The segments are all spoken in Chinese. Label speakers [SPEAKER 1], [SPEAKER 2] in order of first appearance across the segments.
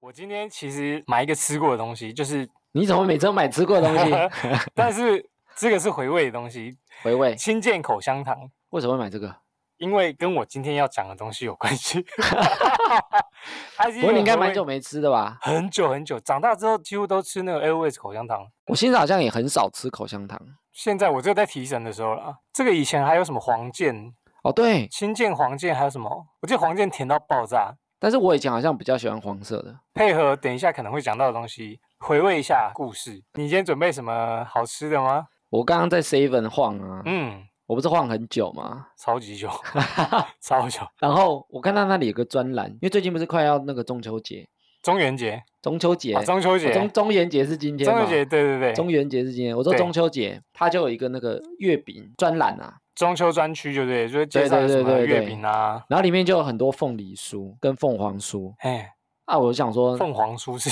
[SPEAKER 1] 我今天其实买一个吃过的东西，就是，
[SPEAKER 2] 你怎么每周买吃过的东西？
[SPEAKER 1] 但 是这个是回味的东西，
[SPEAKER 2] 回味
[SPEAKER 1] 清健口香糖，
[SPEAKER 2] 为什么会买这个？
[SPEAKER 1] 因为跟我今天要讲的东西有关系。 它是
[SPEAKER 2] 不
[SPEAKER 1] 一
[SPEAKER 2] 过你
[SPEAKER 1] 个
[SPEAKER 2] 应该
[SPEAKER 1] 回
[SPEAKER 2] 蛮
[SPEAKER 1] 味
[SPEAKER 2] 久没吃的吧？
[SPEAKER 1] 很久很久，长大之后几乎都吃那个 Airways 口香糖。
[SPEAKER 2] 我现在好像也很少吃口香糖。
[SPEAKER 1] 现在我只有在提神的时候了。这个以前还有什么黄健、
[SPEAKER 2] 哦，对，
[SPEAKER 1] 清健、黄健，还有什么？我记得黄健甜到爆炸。
[SPEAKER 2] 但是我以前好像比较喜欢黄色的。
[SPEAKER 1] 配合等一下可能会讲到的东西，回味一下故事。你今天准备什么好吃的吗？
[SPEAKER 2] 我刚刚在 Seven 晃啊，
[SPEAKER 1] 嗯，
[SPEAKER 2] 我不是晃很久吗？
[SPEAKER 1] 超级久， 超久。
[SPEAKER 2] 然后我看到那里有个专栏，因为最近不是快要那个中秋节，
[SPEAKER 1] 中元节，
[SPEAKER 2] 中秋节，
[SPEAKER 1] 啊，中秋节，
[SPEAKER 2] 哦中中元节是今天
[SPEAKER 1] 中
[SPEAKER 2] 嘛？
[SPEAKER 1] 元节，对对对，
[SPEAKER 2] 中
[SPEAKER 1] 中
[SPEAKER 2] 元节是今天，我说
[SPEAKER 1] 对
[SPEAKER 2] 中秋节，它就有一个那个月饼专栏啊，
[SPEAKER 1] 秋专区，对不对？就是介
[SPEAKER 2] 对
[SPEAKER 1] 绍有
[SPEAKER 2] 对
[SPEAKER 1] 什
[SPEAKER 2] 对
[SPEAKER 1] 么
[SPEAKER 2] 对
[SPEAKER 1] 月
[SPEAKER 2] 对
[SPEAKER 1] 饼啊，
[SPEAKER 2] 然后里面就有很多凤梨酥跟凤凰酥
[SPEAKER 1] 哎，
[SPEAKER 2] 啊，我就想说
[SPEAKER 1] 凤凰酥是，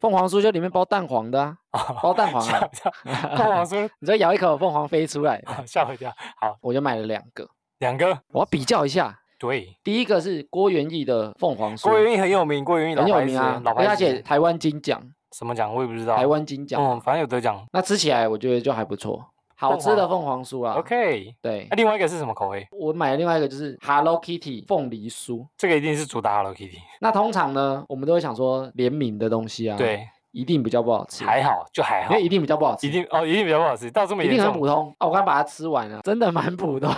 [SPEAKER 2] 凤凰酥就里面包蛋黄的啊，
[SPEAKER 1] 哦
[SPEAKER 2] 包蛋黄啊，
[SPEAKER 1] 凤凰酥
[SPEAKER 2] 你再咬一口凤凰飞出来，
[SPEAKER 1] 吓我一跳。好，
[SPEAKER 2] 我就买了两个，
[SPEAKER 1] 两个，
[SPEAKER 2] 我要比较一下，
[SPEAKER 1] 对，
[SPEAKER 2] 第一个是郭元义的凤凰酥，
[SPEAKER 1] 郭元益很有名，郭元益
[SPEAKER 2] 很
[SPEAKER 1] 老
[SPEAKER 2] 有
[SPEAKER 1] 牌
[SPEAKER 2] 名
[SPEAKER 1] 子，
[SPEAKER 2] 啊，
[SPEAKER 1] 老
[SPEAKER 2] 而
[SPEAKER 1] 牌
[SPEAKER 2] 且
[SPEAKER 1] 子，
[SPEAKER 2] 台湾金奖，
[SPEAKER 1] 什么奖我也不知道，
[SPEAKER 2] 台，湾金奖，
[SPEAKER 1] 嗯，反正有得奖。
[SPEAKER 2] 那吃起来我觉得就还不错，好
[SPEAKER 1] 凤
[SPEAKER 2] 吃的凤凰酥啊。
[SPEAKER 1] OK，
[SPEAKER 2] 对
[SPEAKER 1] 那，另外一个是什么口味？
[SPEAKER 2] 我买了另外一个就是 Hello Kitty 凤梨酥。
[SPEAKER 1] 这个一定是主打 Hello Kitty，
[SPEAKER 2] 那通常呢，我们都会想说联名的东西啊，，
[SPEAKER 1] 对，
[SPEAKER 2] 一定比较不好吃，
[SPEAKER 1] 还好，就还
[SPEAKER 2] 因
[SPEAKER 1] 好
[SPEAKER 2] 为，一定比较不好吃，
[SPEAKER 1] 一定哦，一定比较不好吃，到这么
[SPEAKER 2] 一
[SPEAKER 1] 严
[SPEAKER 2] 定很
[SPEAKER 1] 重
[SPEAKER 2] 普。通啊。我刚把它吃完了，真的蛮 普通，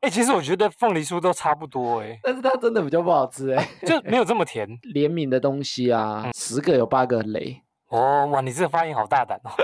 [SPEAKER 1] 哎、其实我觉得凤梨酥都差不多、欸，
[SPEAKER 2] 但是它真的比较不好吃哎、
[SPEAKER 1] 就没有这么甜
[SPEAKER 2] 联名的东西
[SPEAKER 1] 嗯
[SPEAKER 2] 啊，十个有八个雷。
[SPEAKER 1] 哦。哇，你这个发言好大胆哦！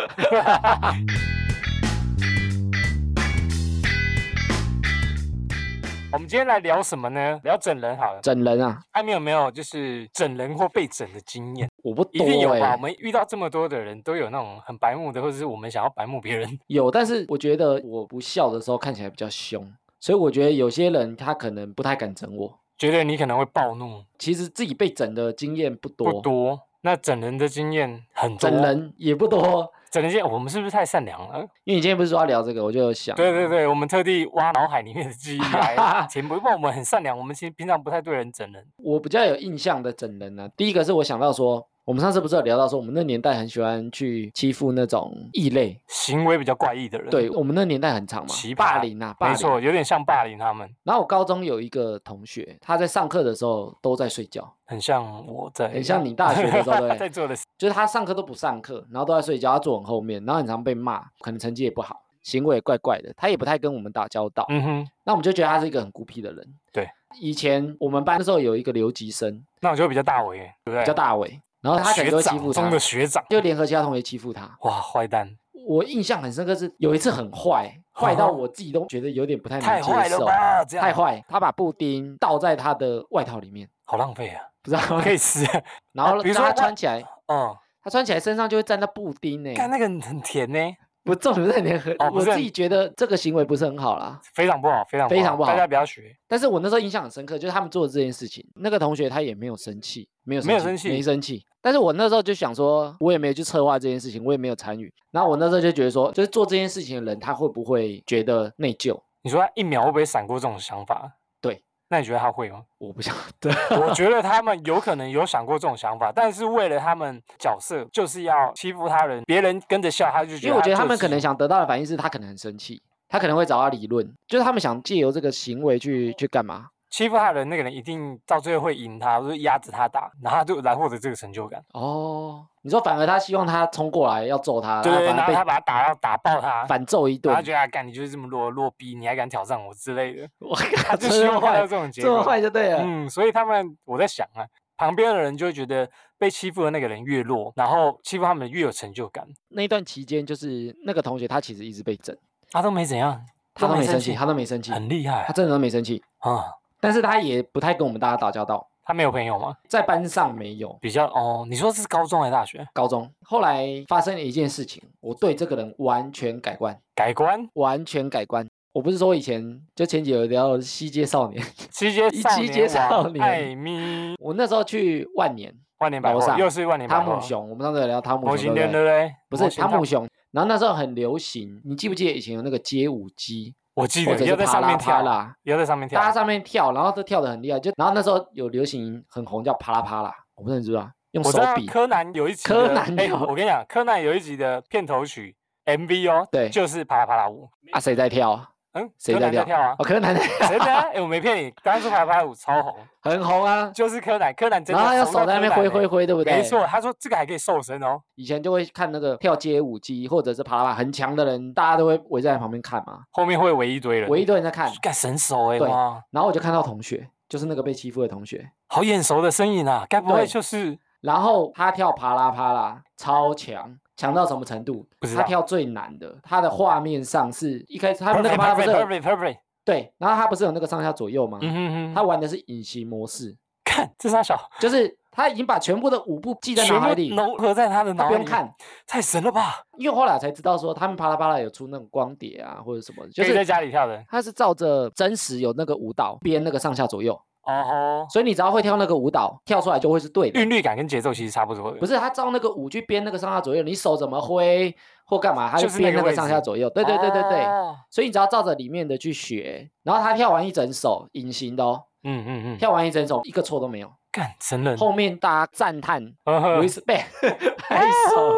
[SPEAKER 1] 我们今天来聊什么呢？聊整人好了。
[SPEAKER 2] 整人啊，
[SPEAKER 1] 艾米有没有就是整人或被整的经验？
[SPEAKER 2] 我不
[SPEAKER 1] 一
[SPEAKER 2] 多
[SPEAKER 1] 定有吧？
[SPEAKER 2] 哎、
[SPEAKER 1] 我们遇到这么多的人，都有那种很白目的，或者是我们想要白目别人。
[SPEAKER 2] 有，但是我觉得我不笑的时候看起来比较凶，所以我觉得有些人他可能不太敢整我。
[SPEAKER 1] 觉得你可能会暴怒，
[SPEAKER 2] 其实自己被整的经验不多，
[SPEAKER 1] 不多。那整人的经验很多，
[SPEAKER 2] 整人也不多。
[SPEAKER 1] 整人经验，我们是不是太善良了？呃
[SPEAKER 2] 因为你今天不是说要聊这个，我就有想，
[SPEAKER 1] 对对，对，我们特地挖脑海里面的记忆 来填补，因为我们很善良，我们其实平常不太对人整人。
[SPEAKER 2] 我比较有印象的整人呢、啊第一个是我想到说，我们上次不是有聊到说，我们那年代很喜欢去欺负那种异类，
[SPEAKER 1] 行为比较怪异的人，
[SPEAKER 2] 对，我们那年代很长嘛
[SPEAKER 1] 奇，
[SPEAKER 2] 霸
[SPEAKER 1] 葩
[SPEAKER 2] 凌啊，霸
[SPEAKER 1] 没
[SPEAKER 2] 凌。
[SPEAKER 1] 错，有点像霸凌他们，
[SPEAKER 2] 然后我高中有一个同学，他在上课的时候都在睡觉，
[SPEAKER 1] 很像我在，
[SPEAKER 2] 很像你大学的时候对不对
[SPEAKER 1] 在做的事，
[SPEAKER 2] 就是他上课都不上课，然后都在睡觉，他坐很后面，然后很常被骂，可能成绩也不好，行为也怪怪的，他也不太跟我们打交道。
[SPEAKER 1] 嗯哼，
[SPEAKER 2] 那我们就觉得他是一个很孤僻的人。
[SPEAKER 1] 对，
[SPEAKER 2] 以前我们班那时候有一个留级生
[SPEAKER 1] 那我就会比较大为，对不对？
[SPEAKER 2] 叫大伟，然后他可
[SPEAKER 1] 学
[SPEAKER 2] 能都会欺
[SPEAKER 1] 长
[SPEAKER 2] 负
[SPEAKER 1] 中
[SPEAKER 2] 他
[SPEAKER 1] 的，学长，
[SPEAKER 2] 就联合其他同学欺负他。
[SPEAKER 1] 哇，坏蛋，
[SPEAKER 2] 我印象很深刻是有一次很坏，坏到我自己都觉得有点不太
[SPEAKER 1] 哦太
[SPEAKER 2] 能
[SPEAKER 1] 坏
[SPEAKER 2] 接
[SPEAKER 1] 了
[SPEAKER 2] 受，
[SPEAKER 1] 吧，这样
[SPEAKER 2] 太，坏，他把布丁倒在他的外套里面，
[SPEAKER 1] 好浪费啊，
[SPEAKER 2] 不知道，
[SPEAKER 1] 可以吃，
[SPEAKER 2] 然后
[SPEAKER 1] 比如
[SPEAKER 2] 让
[SPEAKER 1] 说
[SPEAKER 2] 他
[SPEAKER 1] 外
[SPEAKER 2] 穿起来，
[SPEAKER 1] 嗯，
[SPEAKER 2] 他穿起来身上就会沾到布丁呢、
[SPEAKER 1] 看那个很甜呢，
[SPEAKER 2] 不重点是你很，
[SPEAKER 1] 哦不
[SPEAKER 2] 我
[SPEAKER 1] 是
[SPEAKER 2] 自
[SPEAKER 1] 很
[SPEAKER 2] 己觉得这个行为不是很好啦。
[SPEAKER 1] 非常不好，非常
[SPEAKER 2] 非常不
[SPEAKER 1] 大
[SPEAKER 2] 好
[SPEAKER 1] 家不要学，
[SPEAKER 2] 但是我那时候印象很深刻，就是他们做的这件事情，那个同学他也没有生气，没有
[SPEAKER 1] 没有生气
[SPEAKER 2] 没生气。但是我那时候就想说，我也没有去策划这件事情，我也没有参与。然后我那时候就觉得说，就是做这件事情的人，他会不会觉得内疚？
[SPEAKER 1] 你说他一秒会不会闪过这种想法？
[SPEAKER 2] 对，
[SPEAKER 1] 那你觉得他会吗？
[SPEAKER 2] 我 不晓得。
[SPEAKER 1] 我觉得他们有可能有想过这种想法，但是为了他们角色，就是要欺负他人，别人跟着笑，他就觉得
[SPEAKER 2] 因为我觉得他
[SPEAKER 1] 就
[SPEAKER 2] 们可
[SPEAKER 1] 是
[SPEAKER 2] 能想得到的反应是他可能很生气，他可能会找他理论，就是他们想借由这个行为去去干嘛？
[SPEAKER 1] 欺负他的人，那个人一定到最后会赢他，或者压着他打，然后他就来获得这个成就感。
[SPEAKER 2] 哦，你说反而他希望他冲过来要揍他，
[SPEAKER 1] 对，
[SPEAKER 2] 然
[SPEAKER 1] 然后
[SPEAKER 2] 后啊反
[SPEAKER 1] 他
[SPEAKER 2] 而
[SPEAKER 1] 把他打到打爆他
[SPEAKER 2] 被，反揍一
[SPEAKER 1] 然
[SPEAKER 2] 顿
[SPEAKER 1] 后他。觉得啊干你就是这么弱弱逼，你还敢挑战我之类的，
[SPEAKER 2] 我
[SPEAKER 1] 他
[SPEAKER 2] 靠，
[SPEAKER 1] 就
[SPEAKER 2] 这
[SPEAKER 1] 希
[SPEAKER 2] 么
[SPEAKER 1] 望看到
[SPEAKER 2] 坏
[SPEAKER 1] 这，种结
[SPEAKER 2] 这么
[SPEAKER 1] 果。
[SPEAKER 2] 坏就对了。
[SPEAKER 1] 嗯，所以他们我在想啊，旁边的人就会觉得被欺负的那个人越弱，然后欺负他们越有成就感，
[SPEAKER 2] 那一段期间，就是那个同学他其实一直被整，
[SPEAKER 1] 他都没怎样，
[SPEAKER 2] 他
[SPEAKER 1] 都
[SPEAKER 2] 都没
[SPEAKER 1] 生
[SPEAKER 2] 生气，他都没生气，
[SPEAKER 1] 很厉害
[SPEAKER 2] 他
[SPEAKER 1] 啊
[SPEAKER 2] 真的都没生气，
[SPEAKER 1] 啊。
[SPEAKER 2] 但是他也不太跟我们大家打交道，
[SPEAKER 1] 他没有朋友吗？
[SPEAKER 2] 在班上没有。
[SPEAKER 1] 比较哦，你说这是高中还是大学？
[SPEAKER 2] 高中后来发生了一件事情，我对这个人完全改观，
[SPEAKER 1] 改观，
[SPEAKER 2] 完全改观。我不是说以前就前几有聊到西街少年，
[SPEAKER 1] 七街
[SPEAKER 2] 一
[SPEAKER 1] 少
[SPEAKER 2] 七
[SPEAKER 1] 年
[SPEAKER 2] 街
[SPEAKER 1] 王
[SPEAKER 2] 少年
[SPEAKER 1] 艾米，
[SPEAKER 2] 我那时候去万年，
[SPEAKER 1] 万年百
[SPEAKER 2] 楼
[SPEAKER 1] 货
[SPEAKER 2] 上
[SPEAKER 1] 又是万年百
[SPEAKER 2] 汤
[SPEAKER 1] 货
[SPEAKER 2] 姆，熊，我们上次有聊汤姆
[SPEAKER 1] 模
[SPEAKER 2] 熊
[SPEAKER 1] 型
[SPEAKER 2] 对
[SPEAKER 1] 店
[SPEAKER 2] 不
[SPEAKER 1] 对
[SPEAKER 2] 对？
[SPEAKER 1] 不对？
[SPEAKER 2] 不
[SPEAKER 1] 模
[SPEAKER 2] 是
[SPEAKER 1] 型
[SPEAKER 2] 汤姆
[SPEAKER 1] 大，
[SPEAKER 2] 熊，然后那时候很流行，你记不记得以前有那个街舞机，
[SPEAKER 1] 我记
[SPEAKER 2] 或
[SPEAKER 1] 得
[SPEAKER 2] 者
[SPEAKER 1] 要
[SPEAKER 2] 是
[SPEAKER 1] 在
[SPEAKER 2] 啪
[SPEAKER 1] 上
[SPEAKER 2] 啦
[SPEAKER 1] 面
[SPEAKER 2] 啪
[SPEAKER 1] 跳，
[SPEAKER 2] 啦，
[SPEAKER 1] 要在上面跳
[SPEAKER 2] 大家，上面跳，然后都跳得很厉害。就然后那时候有流行很红叫啪啦啪啦，我不知道你知不知道？用
[SPEAKER 1] 我
[SPEAKER 2] 手
[SPEAKER 1] 知道
[SPEAKER 2] 比。
[SPEAKER 1] 柯南有一集的，
[SPEAKER 2] 柯南
[SPEAKER 1] 哎、
[SPEAKER 2] 有
[SPEAKER 1] 我跟你讲，柯南有一集的片头曲 MV 哦，
[SPEAKER 2] 对
[SPEAKER 1] 就是啪啦啪啦舞。
[SPEAKER 2] 啊，谁在跳啊？
[SPEAKER 1] 嗯，
[SPEAKER 2] 谁
[SPEAKER 1] 柯
[SPEAKER 2] 在
[SPEAKER 1] 南在
[SPEAKER 2] 跳？
[SPEAKER 1] 跳啊？
[SPEAKER 2] 哦，柯南在
[SPEAKER 1] 谁在啊？哎、我没骗你，刚刚说啪啦啪啦舞超红，
[SPEAKER 2] 很红啊，
[SPEAKER 1] 就是柯南，柯南真的
[SPEAKER 2] 然后要
[SPEAKER 1] 红到
[SPEAKER 2] 手在那边
[SPEAKER 1] 柯
[SPEAKER 2] 挥
[SPEAKER 1] 南
[SPEAKER 2] 挥
[SPEAKER 1] 欸。
[SPEAKER 2] 挥，对不对？
[SPEAKER 1] 没错，，他说这个还可以瘦身哦。
[SPEAKER 2] 以前就会看那个跳街舞机或者是啪啦啪，很强的人，大家都会围在旁边看嘛，
[SPEAKER 1] 后面会围一堆人，
[SPEAKER 2] 围一堆人在看，
[SPEAKER 1] 干神手哎、
[SPEAKER 2] 对
[SPEAKER 1] 哇，
[SPEAKER 2] 然后我就看到同学，就是那个被欺负的同学，
[SPEAKER 1] 好眼熟的身影啊！该不会
[SPEAKER 2] 对
[SPEAKER 1] 就是
[SPEAKER 2] 然后他跳啪啦啪啦，超强，强到什么程度
[SPEAKER 1] 不知？
[SPEAKER 2] 他
[SPEAKER 1] 道
[SPEAKER 2] 跳最难的，他的画面上是一开始他
[SPEAKER 1] perfect
[SPEAKER 2] 那个啪啦不是有
[SPEAKER 1] perfect perfect？
[SPEAKER 2] 对，然后他不是有那个上下左右吗？
[SPEAKER 1] 嗯哼哼，
[SPEAKER 2] 他玩的是隐形模式，
[SPEAKER 1] 看这傻小，
[SPEAKER 2] 就是他已经把全部的舞步记在
[SPEAKER 1] 全
[SPEAKER 2] 脑海
[SPEAKER 1] 部
[SPEAKER 2] 里，
[SPEAKER 1] 融合在他的
[SPEAKER 2] 他
[SPEAKER 1] 脑
[SPEAKER 2] 不
[SPEAKER 1] 里，
[SPEAKER 2] 用看，
[SPEAKER 1] 太神了吧！
[SPEAKER 2] 因为后来才知道说他们啪啦啪啦有出那种光碟啊或者什么的， 就
[SPEAKER 1] 可以在
[SPEAKER 2] 是
[SPEAKER 1] 家里跳的。
[SPEAKER 2] 他是照着真实有那个舞蹈编那个上下左右，
[SPEAKER 1] 哦吼，
[SPEAKER 2] 所以你只要会跳那个舞蹈，跳出来就会是对的。
[SPEAKER 1] 韵律感跟节奏其实差不多的。
[SPEAKER 2] 不
[SPEAKER 1] 是，
[SPEAKER 2] 是他照那个舞去编那个上下左右，你手怎么挥或干嘛，他
[SPEAKER 1] 就
[SPEAKER 2] 就是
[SPEAKER 1] 那
[SPEAKER 2] 编
[SPEAKER 1] 个
[SPEAKER 2] 那个
[SPEAKER 1] 位
[SPEAKER 2] 上
[SPEAKER 1] 置
[SPEAKER 2] 下左右。对对对对对，
[SPEAKER 1] 哦
[SPEAKER 2] 所以你只要照着里面的去学，然后他跳完一整首隐形的哦，
[SPEAKER 1] 嗯嗯嗯，
[SPEAKER 2] 跳完一整首一个错都没有。
[SPEAKER 1] 干神人。
[SPEAKER 2] 后面大家赞叹
[SPEAKER 1] 呵呵
[SPEAKER 2] respect 拍手，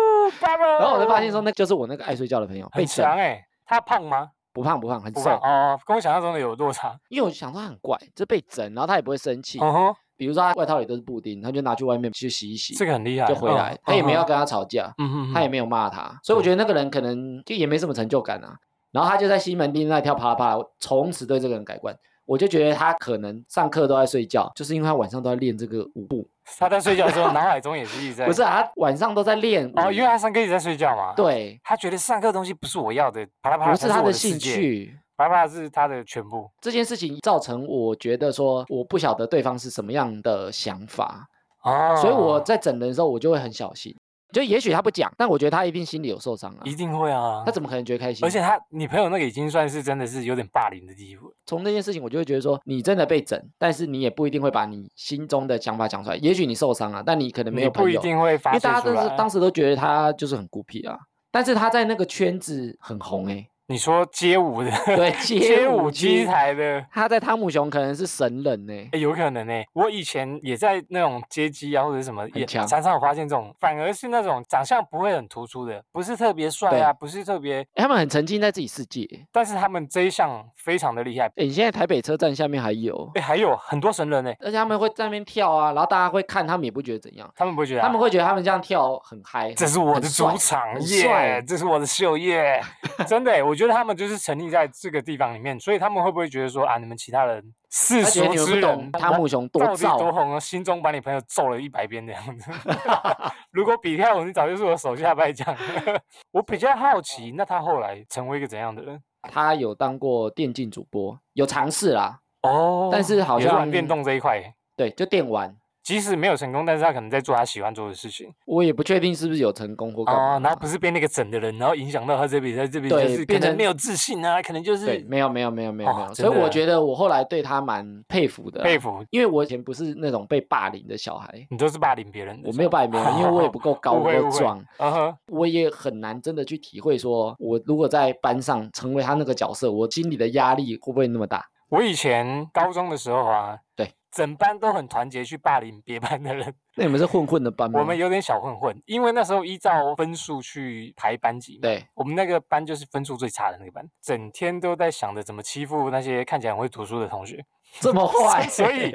[SPEAKER 2] 然
[SPEAKER 1] 然
[SPEAKER 2] 后我就发现说，那就是我那个爱睡觉的朋友被
[SPEAKER 1] 啊哦很
[SPEAKER 2] 整
[SPEAKER 1] 强，哎，他胖吗？
[SPEAKER 2] 不胖不胖，很
[SPEAKER 1] 不胖
[SPEAKER 2] 瘦。
[SPEAKER 1] 哦，跟我想象中的有落差。
[SPEAKER 2] 因为我想说他很怪，这被整，然后他也不会生气。
[SPEAKER 1] 哦吼，
[SPEAKER 2] 比如说他外套里都是布丁，他就拿去外面去洗一洗，
[SPEAKER 1] 这个很厉害，
[SPEAKER 2] 就回
[SPEAKER 1] 嗯
[SPEAKER 2] 来，他也没有，
[SPEAKER 1] 嗯
[SPEAKER 2] 跟他吵架，
[SPEAKER 1] 嗯嗯，
[SPEAKER 2] 他也没有骂他，所以我觉得那个人可能就也没什么成就感啊。然后他就在西门町那里跳啪啦啪啦，我从此对这个人改观。我就觉得他可能上课都在睡觉，就是因为他晚上都在练这个舞步，
[SPEAKER 1] 他在睡觉的时候，脑海中也是一直在。
[SPEAKER 2] 不是啊，他晚上都在练舞。
[SPEAKER 1] 哦，因为他上课一直在睡觉嘛。。
[SPEAKER 2] 对，
[SPEAKER 1] 他觉得上课的东西不是我要的，啪啦啪啦
[SPEAKER 2] 不
[SPEAKER 1] 才
[SPEAKER 2] 是他
[SPEAKER 1] 我的
[SPEAKER 2] 的
[SPEAKER 1] 世
[SPEAKER 2] 兴
[SPEAKER 1] 界，
[SPEAKER 2] 趣。
[SPEAKER 1] 啪啦啪啦是他的全部。
[SPEAKER 2] 这件事情造成我觉得说，我不晓得对方是什么样的想法，
[SPEAKER 1] 哦，
[SPEAKER 2] 所以我在整人的时候，我就会很小心。就也许他不讲，但我觉得他一定心里有受伤啊。
[SPEAKER 1] 一定会啊
[SPEAKER 2] 他。怎么可能觉得开心？
[SPEAKER 1] 而且他女朋友那个已经算是真的是有点霸凌的地步，
[SPEAKER 2] 从那件事情，我就会觉得说，你真的被整，但是你也不一定会把你心中的想法讲出来。也许你受伤了、啊但你可能没
[SPEAKER 1] 你
[SPEAKER 2] 有
[SPEAKER 1] 不
[SPEAKER 2] 朋
[SPEAKER 1] 一
[SPEAKER 2] 友，因
[SPEAKER 1] 定会发
[SPEAKER 2] 为
[SPEAKER 1] 泄
[SPEAKER 2] 大家
[SPEAKER 1] 出
[SPEAKER 2] 都是
[SPEAKER 1] 来。
[SPEAKER 2] 当时都觉得他就是很孤僻啊。但是他在那个圈子很红哎、
[SPEAKER 1] 你说街舞的，
[SPEAKER 2] 对，
[SPEAKER 1] 街
[SPEAKER 2] 舞
[SPEAKER 1] 舞机
[SPEAKER 2] 机，
[SPEAKER 1] 台的，
[SPEAKER 2] 他在汤姆熊可能是神人呢、
[SPEAKER 1] 欸有可能呢、我以前也在那种街机啊，或者是什么，
[SPEAKER 2] 很
[SPEAKER 1] 也
[SPEAKER 2] 强
[SPEAKER 1] 常常有发现这种，反而是那种长相不会很突出的，不是特别帅啊，不是特别，
[SPEAKER 2] 他们很沉浸在自己世界欸。
[SPEAKER 1] 但是他们这一项非常的厉害。
[SPEAKER 2] 哎、你现在台北车站下面还有，
[SPEAKER 1] 哎、还有很多神人呢、欸
[SPEAKER 2] 而且他们会在那边跳啊，然后大家会看，他们也不觉得怎样，
[SPEAKER 1] 他们不会觉得啊、
[SPEAKER 2] 他们会觉得他们这样跳很嗨。
[SPEAKER 1] 这是我
[SPEAKER 2] 很
[SPEAKER 1] 的
[SPEAKER 2] 帅
[SPEAKER 1] 主场
[SPEAKER 2] 很
[SPEAKER 1] 耶
[SPEAKER 2] 帅
[SPEAKER 1] 这是我的秀耶 真的欸、我觉得他们就是沉溺在这个地方里面，所以他们会不会觉得说啊，你们其他人世
[SPEAKER 2] 他觉得
[SPEAKER 1] 俗
[SPEAKER 2] 你们
[SPEAKER 1] 之
[SPEAKER 2] 不
[SPEAKER 1] 人，
[SPEAKER 2] 懂汤姆熊多
[SPEAKER 1] 到底
[SPEAKER 2] 燥
[SPEAKER 1] 多红啊，心中把你朋友揍了一百遍这样子。 如果比跳舞，你早就是我手下败将。 我比较好奇，那他后来成为一个怎样的人？
[SPEAKER 2] 他有当过电竞主播，有尝试啦，
[SPEAKER 1] 哦
[SPEAKER 2] 但是好
[SPEAKER 1] 也玩
[SPEAKER 2] 像
[SPEAKER 1] 电动这一块欸，
[SPEAKER 2] 对，就电玩。
[SPEAKER 1] 即使没有成功，但是他可能在做他喜欢做的事情
[SPEAKER 2] 我也不确定是不是有成功或干嘛、
[SPEAKER 1] 哦，然后不是被那个整的人，然后影响到他这比赛，这比赛
[SPEAKER 2] 对
[SPEAKER 1] 是可
[SPEAKER 2] 变
[SPEAKER 1] 能
[SPEAKER 2] 成
[SPEAKER 1] 没有自信啊，可能就
[SPEAKER 2] 对，
[SPEAKER 1] 是
[SPEAKER 2] 没有没有没有没有
[SPEAKER 1] 哦
[SPEAKER 2] 没有，
[SPEAKER 1] 真
[SPEAKER 2] 所以
[SPEAKER 1] 的
[SPEAKER 2] 我觉得我后来对他蛮佩服的，
[SPEAKER 1] 佩，服。
[SPEAKER 2] 因为我以前不是那种被霸凌的小孩，
[SPEAKER 1] 你都是霸凌别人的，
[SPEAKER 2] 我没有霸凌别人，因为我也不够 高
[SPEAKER 1] 误
[SPEAKER 2] 不
[SPEAKER 1] 会误
[SPEAKER 2] 够
[SPEAKER 1] 会
[SPEAKER 2] 壮，
[SPEAKER 1] 啊哈，
[SPEAKER 2] 我也很难真的去体会说，我如果在班上成为他那个角色，我心里的压力会不会那么大？
[SPEAKER 1] 我以前高中的时候啊，
[SPEAKER 2] 对，
[SPEAKER 1] 整班都很团结去霸凌别班的人，
[SPEAKER 2] 那你们是混混的班吗？
[SPEAKER 1] 我们有点小混混，因为那时候依照分数去排班级嘛。
[SPEAKER 2] 对
[SPEAKER 1] 我们那个班就是分数最差的那个班，整天都在想着怎么欺负那些看起来很会读书的同学。
[SPEAKER 2] 这么坏，
[SPEAKER 1] 所 以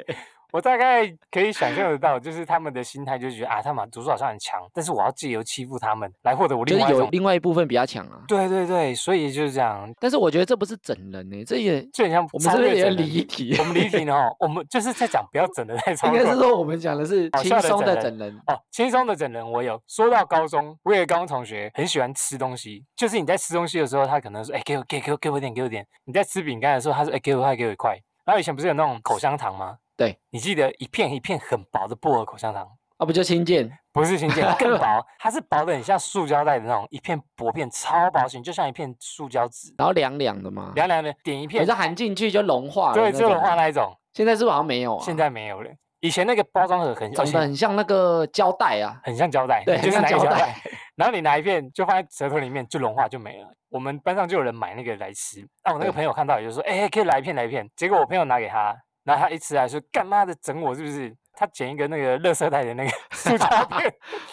[SPEAKER 1] 我大概可以想象得到，就是他们的心态就觉得啊，他们读书好像很强，但是我要借由欺负他们来获得我
[SPEAKER 2] 就
[SPEAKER 1] 另
[SPEAKER 2] 是
[SPEAKER 1] 外一
[SPEAKER 2] 有
[SPEAKER 1] 种。
[SPEAKER 2] 另外一部分比较强啊。
[SPEAKER 1] 对对对，所以就是这样，
[SPEAKER 2] 但是我觉得这不是整人呢、这也
[SPEAKER 1] 就很像
[SPEAKER 2] 我们
[SPEAKER 1] 超
[SPEAKER 2] 这边
[SPEAKER 1] 越
[SPEAKER 2] 也
[SPEAKER 1] 整人
[SPEAKER 2] 离题
[SPEAKER 1] 我们离 题了哦，我们就是在讲不要整的太超
[SPEAKER 2] 应
[SPEAKER 1] 过。
[SPEAKER 2] 该是说我们讲的是
[SPEAKER 1] 好
[SPEAKER 2] 轻
[SPEAKER 1] 笑的
[SPEAKER 2] 松的
[SPEAKER 1] 整
[SPEAKER 2] 整人，
[SPEAKER 1] 哦，轻松的整人我有。说到高中，我有个高中同学很喜欢吃东西，就是你在吃东西的时候，他可能说：“哎、给我，给给我，给我一点，给我一点。”你在吃饼干的时候，他说：“哎、给我一块，给我一块。”然后以前不是有那种口香糖吗？
[SPEAKER 2] 对，
[SPEAKER 1] 你记得一片一片很薄的薄荷口香糖，
[SPEAKER 2] 啊不就轻贱？
[SPEAKER 1] 不是新建，更薄， 它是薄的很像塑胶袋的那种，一片薄片超薄型，就像一片塑胶纸，
[SPEAKER 2] 然后凉凉的嘛，
[SPEAKER 1] 凉凉的，点一
[SPEAKER 2] 你
[SPEAKER 1] 片
[SPEAKER 2] 是，含进去就融化了，
[SPEAKER 1] 对，这
[SPEAKER 2] 啊
[SPEAKER 1] 种话。那一种，
[SPEAKER 2] 现在是不是好像没有啊？
[SPEAKER 1] 现在没有了。以前那个包装盒很，而
[SPEAKER 2] 长得
[SPEAKER 1] 且
[SPEAKER 2] 很像那个胶 带啊，
[SPEAKER 1] 很像胶带，
[SPEAKER 2] 对，
[SPEAKER 1] 就
[SPEAKER 2] 很
[SPEAKER 1] 是
[SPEAKER 2] 像
[SPEAKER 1] 拿一个
[SPEAKER 2] 胶
[SPEAKER 1] 胶
[SPEAKER 2] 带
[SPEAKER 1] 带，。然后你拿一片就放在舌头里面就融化就没了。我们班上就有人买那个来吃，那我那个
[SPEAKER 2] 对
[SPEAKER 1] 朋友看到也就说，哎、可以来一片来一片。结果我朋友拿给他，然后他一吃还说，干妈的整我是不是？他捡一个那个垃圾袋的那 个塑胶片，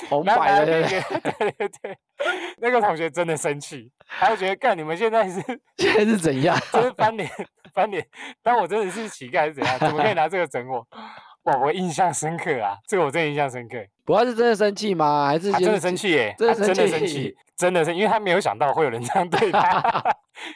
[SPEAKER 2] 红
[SPEAKER 1] 然后拿
[SPEAKER 2] 白的，
[SPEAKER 1] 来
[SPEAKER 2] 对不对？
[SPEAKER 1] 给 对对对，那个同学真的生气，他就觉得干你们现在是
[SPEAKER 2] 现在是怎样？
[SPEAKER 1] 就是翻脸翻脸，当我真的是乞丐还是怎样？怎么可以拿这个整我？ 哇，我印象深刻啊，这个我真的印象深刻。
[SPEAKER 2] 不要是真的生气吗？还是
[SPEAKER 1] 他
[SPEAKER 2] 就
[SPEAKER 1] 真的
[SPEAKER 2] 是
[SPEAKER 1] 生？气耶，
[SPEAKER 2] 真
[SPEAKER 1] 他
[SPEAKER 2] 的
[SPEAKER 1] 真
[SPEAKER 2] 生
[SPEAKER 1] 的生
[SPEAKER 2] 气
[SPEAKER 1] 气，真的是因为他没有想到会有人这样对 他，